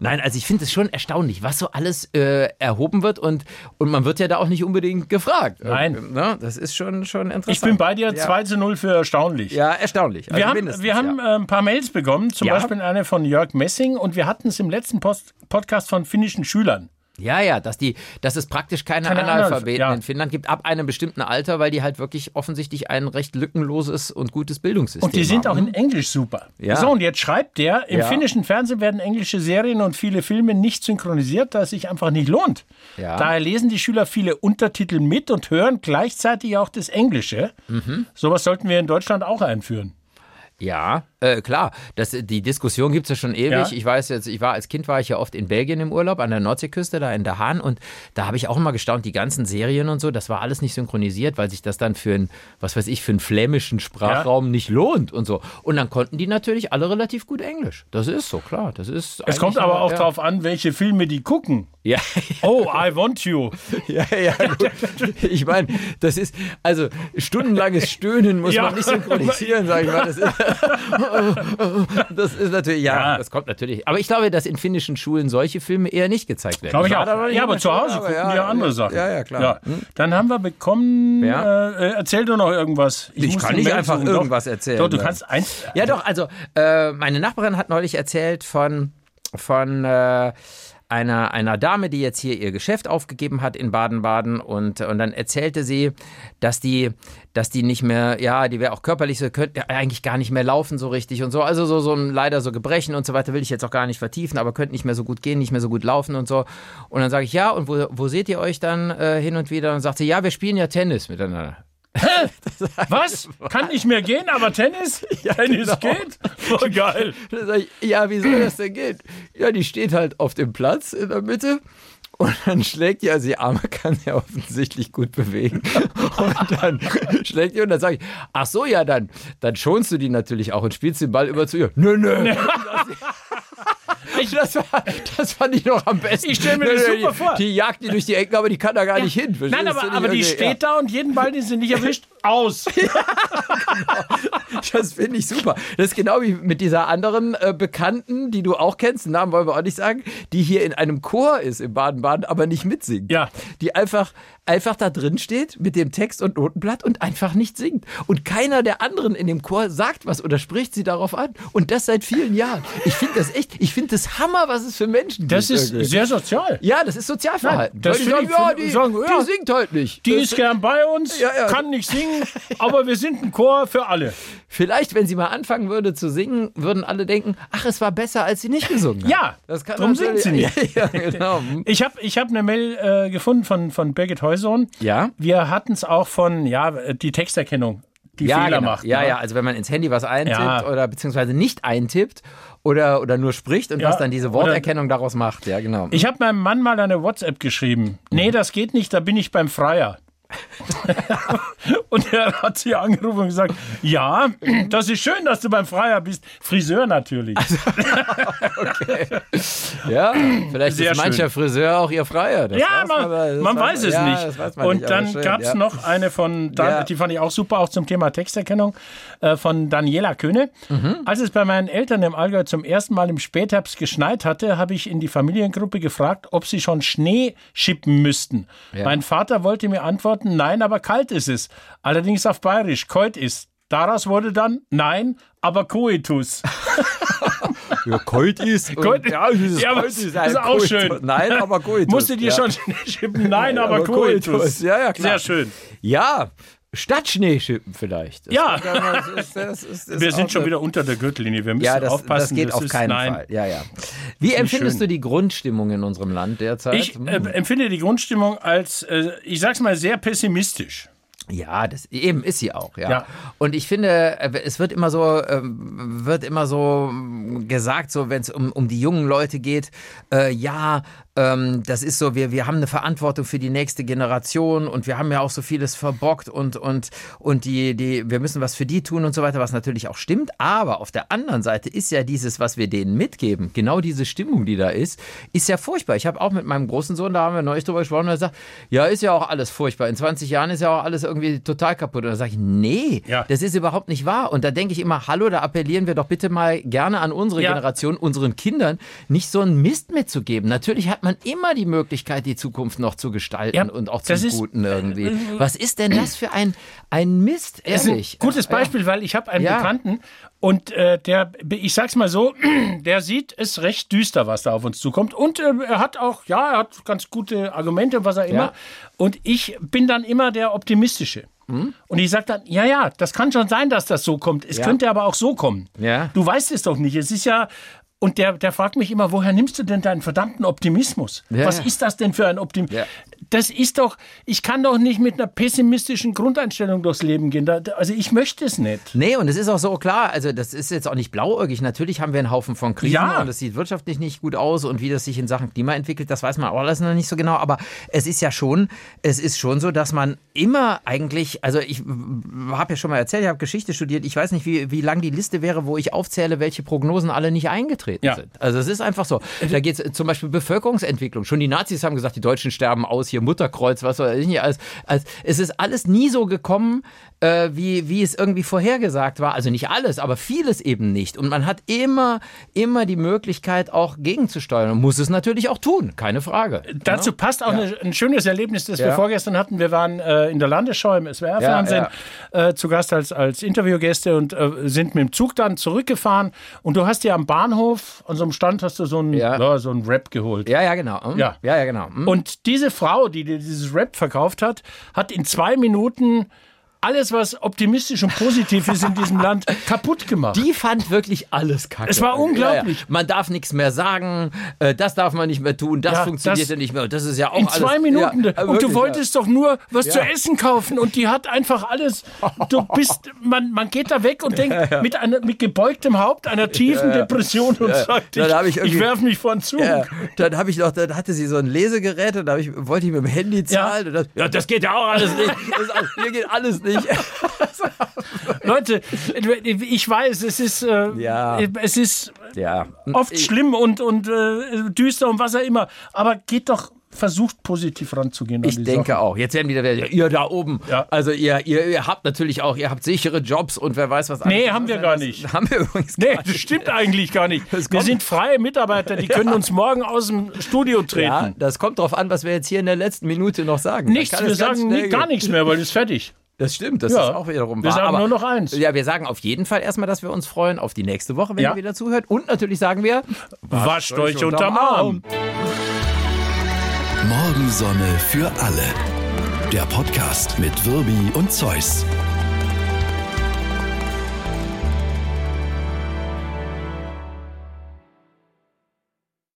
[SPEAKER 2] Nein, also ich finde es schon erstaunlich, was so alles äh, erhoben wird und, und man wird ja da auch nicht unbedingt gefragt.
[SPEAKER 3] Nein.
[SPEAKER 2] Ähm, ne? Das ist schon, schon interessant.
[SPEAKER 3] Ich bin bei dir,
[SPEAKER 2] (laughs) Ja.
[SPEAKER 3] 2 zu 0 für erstaunlich.
[SPEAKER 2] Ja, erstaunlich. Also
[SPEAKER 3] Wir haben,
[SPEAKER 2] mindestens,
[SPEAKER 3] wir haben
[SPEAKER 2] ja.
[SPEAKER 3] äh, ein paar Mails bekommen, zum
[SPEAKER 2] Ja.
[SPEAKER 3] Beispiel eine von Jörg Messing und wir hatten es im letzten Post Podcast von finnischen Schülern.
[SPEAKER 2] ja, ja, dass, die, dass es praktisch keine,
[SPEAKER 3] Keine
[SPEAKER 2] Analphabeten
[SPEAKER 3] Analph- ja.
[SPEAKER 2] in Finnland gibt, ab einem bestimmten Alter, weil die halt wirklich offensichtlich ein recht lückenloses und gutes Bildungssystem
[SPEAKER 3] Und die sind auch
[SPEAKER 2] haben.
[SPEAKER 3] in Englisch super.
[SPEAKER 2] mhm. Ja.
[SPEAKER 3] So, und jetzt schreibt der, im
[SPEAKER 2] Ja.
[SPEAKER 3] finnischen Fernsehen werden englische Serien und viele Filme nicht synchronisiert, da es sich einfach nicht lohnt.
[SPEAKER 2] Ja.
[SPEAKER 3] Daher lesen die Schüler viele Untertitel mit und hören gleichzeitig auch das Englische.
[SPEAKER 2] Mhm.
[SPEAKER 3] Sowas sollten wir in Deutschland auch einführen.
[SPEAKER 2] Ja, äh, klar. Das, die Diskussion gibt's ja schon ewig.
[SPEAKER 3] Ja.
[SPEAKER 2] Ich weiß jetzt, ich war als Kind war ich ja oft in Belgien im Urlaub an der Nordseeküste, da in der Hahn und da habe ich auch immer gestaunt, die ganzen Serien und so, das war alles nicht synchronisiert, weil sich das dann für einen, was weiß ich, für einen flämischen Sprachraum nicht lohnt und so. Und dann konnten die natürlich alle relativ gut Englisch. Das ist so, klar. Das ist
[SPEAKER 3] Es kommt
[SPEAKER 2] eigentlich
[SPEAKER 3] aber
[SPEAKER 2] immer-
[SPEAKER 3] auch
[SPEAKER 2] ja.
[SPEAKER 3] darauf an, welche Filme die gucken. (laughs)
[SPEAKER 2] Ja, (laughs)
[SPEAKER 3] Oh, I want you.
[SPEAKER 2] ja, ja. Gut. Ich meine, das ist, also stundenlanges Stöhnen muss
[SPEAKER 3] Ja.
[SPEAKER 2] man nicht synchronisieren, sage ich mal. Das ist, (laughs) das ist natürlich, ja,
[SPEAKER 3] Ja.
[SPEAKER 2] das kommt natürlich. Aber ich glaube, dass in finnischen Schulen solche Filme eher nicht gezeigt werden.
[SPEAKER 3] Glaube ich
[SPEAKER 2] war
[SPEAKER 3] auch.
[SPEAKER 2] da noch nicht
[SPEAKER 3] Ja, aber
[SPEAKER 2] in der
[SPEAKER 3] zu
[SPEAKER 2] Schule,
[SPEAKER 3] Hause
[SPEAKER 2] aber
[SPEAKER 3] gucken die ja andere Sachen.
[SPEAKER 2] Ja, ja, klar. Hm.
[SPEAKER 3] Dann haben wir bekommen,
[SPEAKER 2] Ja.
[SPEAKER 3] äh, erzähl doch noch irgendwas.
[SPEAKER 2] Ich
[SPEAKER 3] muss
[SPEAKER 2] kann
[SPEAKER 3] die
[SPEAKER 2] nicht
[SPEAKER 3] Mail
[SPEAKER 2] einfach
[SPEAKER 3] suchen.
[SPEAKER 2] irgendwas
[SPEAKER 3] doch,
[SPEAKER 2] erzählen,
[SPEAKER 3] Doch, du
[SPEAKER 2] ne? (laughs)
[SPEAKER 3] kannst eins.
[SPEAKER 2] Ja, doch, also äh, meine Nachbarin hat neulich erzählt von, von äh, einer, einer Dame, die jetzt hier ihr Geschäft aufgegeben hat in Baden-Baden und, und dann erzählte sie, dass die, dass die nicht mehr, ja, die wäre auch körperlich so, könnte ja eigentlich gar nicht mehr laufen so richtig und so. Also so, so ein, leider so Gebrechen und so weiter will ich jetzt auch gar nicht vertiefen, aber könnte nicht mehr so gut gehen, nicht mehr so gut laufen und so. Und dann sage ich, ja, und wo, wo seht ihr euch dann äh, hin und wieder? Und sagt sie, ja, wir spielen ja Tennis miteinander.
[SPEAKER 3] Was?
[SPEAKER 2] genau.
[SPEAKER 3] Kann nicht mehr gehen,
[SPEAKER 2] (laughs)
[SPEAKER 3] aber Tennis? Tennis geht? Voll geil.
[SPEAKER 2] Dann sag ich, ja, wie soll das denn gehen? Ja, die steht halt auf dem Platz in der Mitte. Und dann schlägt die, also die Arme (laughs) kann sie offensichtlich gut bewegen. Und dann schlägt die und dann sage ich, ach so, ja, dann, dann schonst du die natürlich auch und spielst den Ball über zu ihr. Nö, nö. (laughs) Ich, das, war, das fand ich noch am besten.
[SPEAKER 3] Ich stell mir das
[SPEAKER 2] Nö, nö,
[SPEAKER 3] super
[SPEAKER 2] die,
[SPEAKER 3] vor.
[SPEAKER 2] Die jagt die durch die Ecken, aber die kann da gar nicht hin.
[SPEAKER 3] Nein,
[SPEAKER 2] verstehst du?
[SPEAKER 3] aber,
[SPEAKER 2] Nicht
[SPEAKER 3] aber die
[SPEAKER 2] irgendwie-
[SPEAKER 3] steht da und jeden Ball, den sie nicht erwischt,
[SPEAKER 2] (laughs)
[SPEAKER 3] aus.
[SPEAKER 2] Das finde ich super. Das ist genau wie mit dieser anderen äh, Bekannten, die du auch kennst, den Namen wollen wir auch nicht sagen, die hier in einem Chor ist in Baden-Baden, aber nicht mitsingt.
[SPEAKER 3] Ja.
[SPEAKER 2] Die einfach, einfach da drin steht mit dem Text und Notenblatt und einfach nicht singt. Und keiner der anderen in dem Chor sagt was oder spricht sie darauf an. Und das seit vielen Jahren. Ich finde das echt, ich finde das Hammer, was es für Menschen
[SPEAKER 3] Das
[SPEAKER 2] gibt.
[SPEAKER 3] ist
[SPEAKER 2] irgendwie.
[SPEAKER 3] sehr sozial.
[SPEAKER 2] Ja, das ist Sozialverhalten.
[SPEAKER 3] Nein, das
[SPEAKER 2] Weil die
[SPEAKER 3] finde
[SPEAKER 2] sagen,
[SPEAKER 3] ich-
[SPEAKER 2] ja, die,
[SPEAKER 3] sagen, ja.
[SPEAKER 2] die singt heute nicht.
[SPEAKER 3] Die
[SPEAKER 2] Das-
[SPEAKER 3] ist gern bei uns,
[SPEAKER 2] Ja, ja.
[SPEAKER 3] kann nicht singen, aber wir sind ein Chor für alle.
[SPEAKER 2] Vielleicht, wenn sie mal anfangen würde zu singen, würden alle denken, ach, es war besser, als sie nicht gesungen hat.
[SPEAKER 3] Ja,
[SPEAKER 2] das kann
[SPEAKER 3] drum singt
[SPEAKER 2] natürlich-
[SPEAKER 3] sie
[SPEAKER 2] (laughs)
[SPEAKER 3] nicht.
[SPEAKER 2] Ja, genau.
[SPEAKER 3] Ich habe ich hab eine Mail äh, gefunden von, von Birgit Heusohn.
[SPEAKER 2] Ja?
[SPEAKER 3] Wir hatten es auch von, ja, die Texterkennung, die
[SPEAKER 2] Ja,
[SPEAKER 3] Fehler
[SPEAKER 2] genau.
[SPEAKER 3] macht.
[SPEAKER 2] ja,
[SPEAKER 3] ne?
[SPEAKER 2] ja, also wenn man ins Handy was eintippt
[SPEAKER 3] Ja.
[SPEAKER 2] oder beziehungsweise nicht eintippt oder, oder nur spricht und
[SPEAKER 3] Ja,
[SPEAKER 2] was dann diese
[SPEAKER 3] oder-
[SPEAKER 2] Worterkennung daraus macht. Ja, genau.
[SPEAKER 3] Ich habe meinem Mann mal eine WhatsApp geschrieben.
[SPEAKER 2] Mhm.
[SPEAKER 3] Nee, das geht nicht, da bin ich
[SPEAKER 2] (laughs)
[SPEAKER 3] beim Freier. und er hat sie angerufen und gesagt, ja, das ist schön, dass du beim Freier bist. Friseur natürlich.
[SPEAKER 2] ja, vielleicht
[SPEAKER 3] Sehr
[SPEAKER 2] ist mancher Friseur auch ihr Freier. Das
[SPEAKER 3] ja,
[SPEAKER 2] weiß
[SPEAKER 3] man,
[SPEAKER 2] aber- das
[SPEAKER 3] man weiß es
[SPEAKER 2] ja,
[SPEAKER 3] nicht.
[SPEAKER 2] Das weiß man
[SPEAKER 3] und
[SPEAKER 2] nicht, aber
[SPEAKER 3] dann
[SPEAKER 2] schön,
[SPEAKER 3] gab es
[SPEAKER 2] ja.
[SPEAKER 3] noch eine von, Dan
[SPEAKER 2] Ja.
[SPEAKER 3] die fand ich auch super, auch zum Thema Texterkennung, äh, von Daniela Köhne.
[SPEAKER 2] Mhm.
[SPEAKER 3] Als es bei meinen Eltern im Allgäu zum ersten Mal im Spätherbst geschneit hatte, habe ich in die Familiengruppe gefragt, ob sie schon Schnee schippen müssten. Mein Vater wollte mir antworten, nein, aber kalt ist es. Allerdings auf Bayerisch, kalt ist. Daraus wurde dann, nein, aber Coitus.
[SPEAKER 2] Ja, Keut ist. und-
[SPEAKER 3] Keut-
[SPEAKER 2] ja, dieses
[SPEAKER 3] Ja, aber
[SPEAKER 2] Keut
[SPEAKER 3] es
[SPEAKER 2] ist
[SPEAKER 3] ist
[SPEAKER 2] ein
[SPEAKER 3] auch
[SPEAKER 2] Coitus.
[SPEAKER 3] schön.
[SPEAKER 2] Nein,
[SPEAKER 3] (laughs)
[SPEAKER 2] aber Coitus.
[SPEAKER 3] Musstet ihr
[SPEAKER 2] ja.
[SPEAKER 3] schon Schnee schippen? Nein, aber,
[SPEAKER 2] aber Coitus.
[SPEAKER 3] Coitus.
[SPEAKER 2] Ja, ja, klar.
[SPEAKER 3] Sehr schön.
[SPEAKER 2] Ja, statt Schneeschippen vielleicht. Das
[SPEAKER 3] Ja.
[SPEAKER 2] geht mal- das ist- das ist- das
[SPEAKER 3] Wir
[SPEAKER 2] ist auch
[SPEAKER 3] sind schon
[SPEAKER 2] eine-
[SPEAKER 3] wieder unter der Gürtellinie. Wir müssen
[SPEAKER 2] Ja, das,
[SPEAKER 3] aufpassen.
[SPEAKER 2] das geht auf
[SPEAKER 3] ist-
[SPEAKER 2] keinen
[SPEAKER 3] nein.
[SPEAKER 2] Fall. Ja, ja. Wie empfindest du
[SPEAKER 3] schön.
[SPEAKER 2] die Grundstimmung in unserem Land derzeit?
[SPEAKER 3] Ich
[SPEAKER 2] Hm.
[SPEAKER 3] äh, empfinde die Grundstimmung als, äh, ich sag's mal, sehr pessimistisch.
[SPEAKER 2] ja, das eben ist sie auch, ja.
[SPEAKER 3] Ja.
[SPEAKER 2] Und ich finde, äh, es wird immer so, ähm, wird immer so ähm, gesagt, so wenn es um, um die jungen Leute geht, äh, ja, ähm, das ist so, wir, wir haben eine Verantwortung für die nächste Generation und wir haben ja auch so vieles verbockt und, und, und die, die, wir müssen was für die tun und so weiter, was natürlich auch stimmt. Aber auf der anderen Seite ist ja dieses, was wir denen mitgeben, genau diese Stimmung, die da ist, ist ja furchtbar. Ich habe auch mit meinem großen Sohn, da haben wir neulich drüber gesprochen, und er sagt, ja, ist ja auch alles furchtbar. In 20 Jahren ist ja auch alles irgendwie total kaputt. Und da sage ich, nee,
[SPEAKER 3] Ja.
[SPEAKER 2] das ist überhaupt nicht wahr. Und da denke ich immer, hallo, da appellieren wir doch bitte mal gerne an unsere
[SPEAKER 3] Ja.
[SPEAKER 2] Generation, unseren Kindern, nicht so einen Mist mitzugeben. Natürlich hat man immer die Möglichkeit, die Zukunft noch zu gestalten
[SPEAKER 3] Ja,
[SPEAKER 2] und auch zum
[SPEAKER 3] das ist- äh,
[SPEAKER 2] Guten irgendwie. Was ist denn das für ein, ein Mist,
[SPEAKER 3] Das ist ein
[SPEAKER 2] ehrlich?
[SPEAKER 3] gutes
[SPEAKER 2] Ja, ja.
[SPEAKER 3] Beispiel, weil ich habe einen
[SPEAKER 2] Ja.
[SPEAKER 3] Bekannten und äh, der, ich sag's mal so, (clears throat) der sieht es recht düster, was da auf uns zukommt. Und äh, er hat auch, ja, er hat ganz gute Argumente, was er immer. Und ich bin dann immer der Optimistische. Und ich sage dann, ja, ja, das kann schon sein, dass das so kommt. Es
[SPEAKER 2] Mhm. Ja.
[SPEAKER 3] könnte aber auch so kommen.
[SPEAKER 2] Ja.
[SPEAKER 3] Du weißt es doch nicht. Es ist ja. Und der, der fragt mich immer, woher nimmst du denn deinen verdammten Optimismus?
[SPEAKER 2] Ja,
[SPEAKER 3] Was
[SPEAKER 2] ja.
[SPEAKER 3] ist das denn für ein Optimismus?
[SPEAKER 2] Ja.
[SPEAKER 3] Das ist doch, ich kann doch nicht mit einer pessimistischen Grundeinstellung durchs Leben gehen. Da, da- also ich möchte es nicht.
[SPEAKER 2] Nee, und es ist auch so klar, also das ist jetzt auch nicht blauäugig. Natürlich haben wir einen Haufen von Krisen
[SPEAKER 3] Ja.
[SPEAKER 2] und es sieht wirtschaftlich nicht gut aus und wie das sich in Sachen Klima entwickelt, das weiß man auch alles noch nicht so genau. Aber es ist ja schon, es ist schon so, dass man immer eigentlich, also ich habe ja schon mal erzählt, ich habe Geschichte studiert, ich weiß nicht, wie, wie lang die Liste wäre, wo ich aufzähle, welche Prognosen alle nicht eingetreten
[SPEAKER 3] Ja.
[SPEAKER 2] sind. Also es ist einfach so.
[SPEAKER 3] Äh,
[SPEAKER 2] Da geht es zum Beispiel Bevölkerungsentwicklung. Schon die Nazis haben Also gesagt, die Deutschen sterben aus, hier Mutterkreuz, was weiß ich nicht. Alles, alles, es ist alles nie so gekommen, äh, äh, wie, wie es irgendwie vorhergesagt war. Also nicht alles, aber vieles eben nicht. Und man hat immer, immer die Möglichkeit, auch gegenzusteuern und muss es natürlich auch tun, keine Frage.
[SPEAKER 3] Dazu passt auch eine, ein schönes Erlebnis, das wir vorgestern hatten. Wir waren äh, in der Landesschau im SWR-Fernsehen äh, zu Gast als, als Interviewgäste und äh, sind mit dem Zug dann zurückgefahren. Und du hast dir am Bahnhof, an so einem Stand, hast du so einen,
[SPEAKER 2] Ja.
[SPEAKER 3] ja. so einen Rap geholt.
[SPEAKER 2] Ja, ja, genau. Hm?
[SPEAKER 3] Ja.
[SPEAKER 2] ja, ja, genau. Hm?
[SPEAKER 3] Und diese Frau, die dir dieses Rap verkauft hat, hat in zwei Minuten alles, was optimistisch und positiv ist in diesem Land, (laughs) kaputt gemacht.
[SPEAKER 2] Die fand wirklich alles kacke.
[SPEAKER 3] Es war unglaublich.
[SPEAKER 2] Ja, ja. Man darf nichts mehr sagen, äh, das darf man nicht mehr tun, das
[SPEAKER 3] Ja,
[SPEAKER 2] funktioniert
[SPEAKER 3] das-
[SPEAKER 2] ja nicht mehr. Und das ist ja auch
[SPEAKER 3] in
[SPEAKER 2] alles,
[SPEAKER 3] zwei Minuten.
[SPEAKER 2] Ja, äh,
[SPEAKER 3] und
[SPEAKER 2] wirklich,
[SPEAKER 3] du wolltest doch nur was zu essen kaufen und die hat einfach alles. Du bist, man, man geht da
[SPEAKER 2] (laughs)
[SPEAKER 3] weg und denkt Mit, einer, mit gebeugtem Haupt, einer tiefen Depression und sagt,
[SPEAKER 2] Dann hab ich
[SPEAKER 3] ich, ich
[SPEAKER 2] irgendwie-
[SPEAKER 3] werf mich vor den Zug.
[SPEAKER 2] Ja. Ja. Dann habe ich noch, dann hatte sie so ein Lesegerät und da hab ich, wollte ich mit dem Handy zahlen. Und das, ja, das geht ja auch alles (laughs) nicht. Das ist alles, hier geht alles
[SPEAKER 3] (laughs)
[SPEAKER 2] nicht.
[SPEAKER 3] Leute, ich weiß, es ist, äh,
[SPEAKER 2] Ja.
[SPEAKER 3] es ist
[SPEAKER 2] ja.
[SPEAKER 3] oft schlimm und, und äh, düster und was auch immer. Aber geht doch, versucht positiv ranzugehen. an
[SPEAKER 2] Ich
[SPEAKER 3] die
[SPEAKER 2] denke
[SPEAKER 3] Sache.
[SPEAKER 2] auch. Jetzt werden wieder, wieder ihr da oben.
[SPEAKER 3] Ja.
[SPEAKER 2] Also ihr, ihr, ihr habt natürlich auch, ihr habt sichere Jobs und wer weiß was
[SPEAKER 3] Nee,
[SPEAKER 2] anderes.
[SPEAKER 3] haben wir gar nicht.
[SPEAKER 2] Haben wir übrigens
[SPEAKER 3] Nee,
[SPEAKER 2] gar
[SPEAKER 3] das
[SPEAKER 2] nicht.
[SPEAKER 3] stimmt eigentlich gar nicht.
[SPEAKER 2] Es
[SPEAKER 3] Wir
[SPEAKER 2] kommt-
[SPEAKER 3] sind freie Mitarbeiter, die können uns morgen aus dem Studio treten.
[SPEAKER 2] Ja, das kommt drauf an, was wir jetzt hier in der letzten Minute noch sagen. Dann
[SPEAKER 3] Nichts,
[SPEAKER 2] kann
[SPEAKER 3] wir
[SPEAKER 2] es ganz
[SPEAKER 3] sagen
[SPEAKER 2] schnell
[SPEAKER 3] ni- gar
[SPEAKER 2] gehen.
[SPEAKER 3] nichts mehr, weil es ist fertig.
[SPEAKER 2] Das stimmt, das
[SPEAKER 3] Ja.
[SPEAKER 2] ist auch wiederum
[SPEAKER 3] Wir
[SPEAKER 2] wahr.
[SPEAKER 3] sagen
[SPEAKER 2] aber,
[SPEAKER 3] nur noch eins.
[SPEAKER 2] Ja, wir sagen auf jeden Fall erstmal, dass wir uns freuen auf die nächste Woche, wenn
[SPEAKER 3] Ja.
[SPEAKER 2] ihr wieder zuhört. Und natürlich sagen wir,
[SPEAKER 3] Wascht euch
[SPEAKER 2] unterm
[SPEAKER 3] unterm Arm.
[SPEAKER 1] Morgensonne für alle. Der Podcast mit Wirbi und Zeus.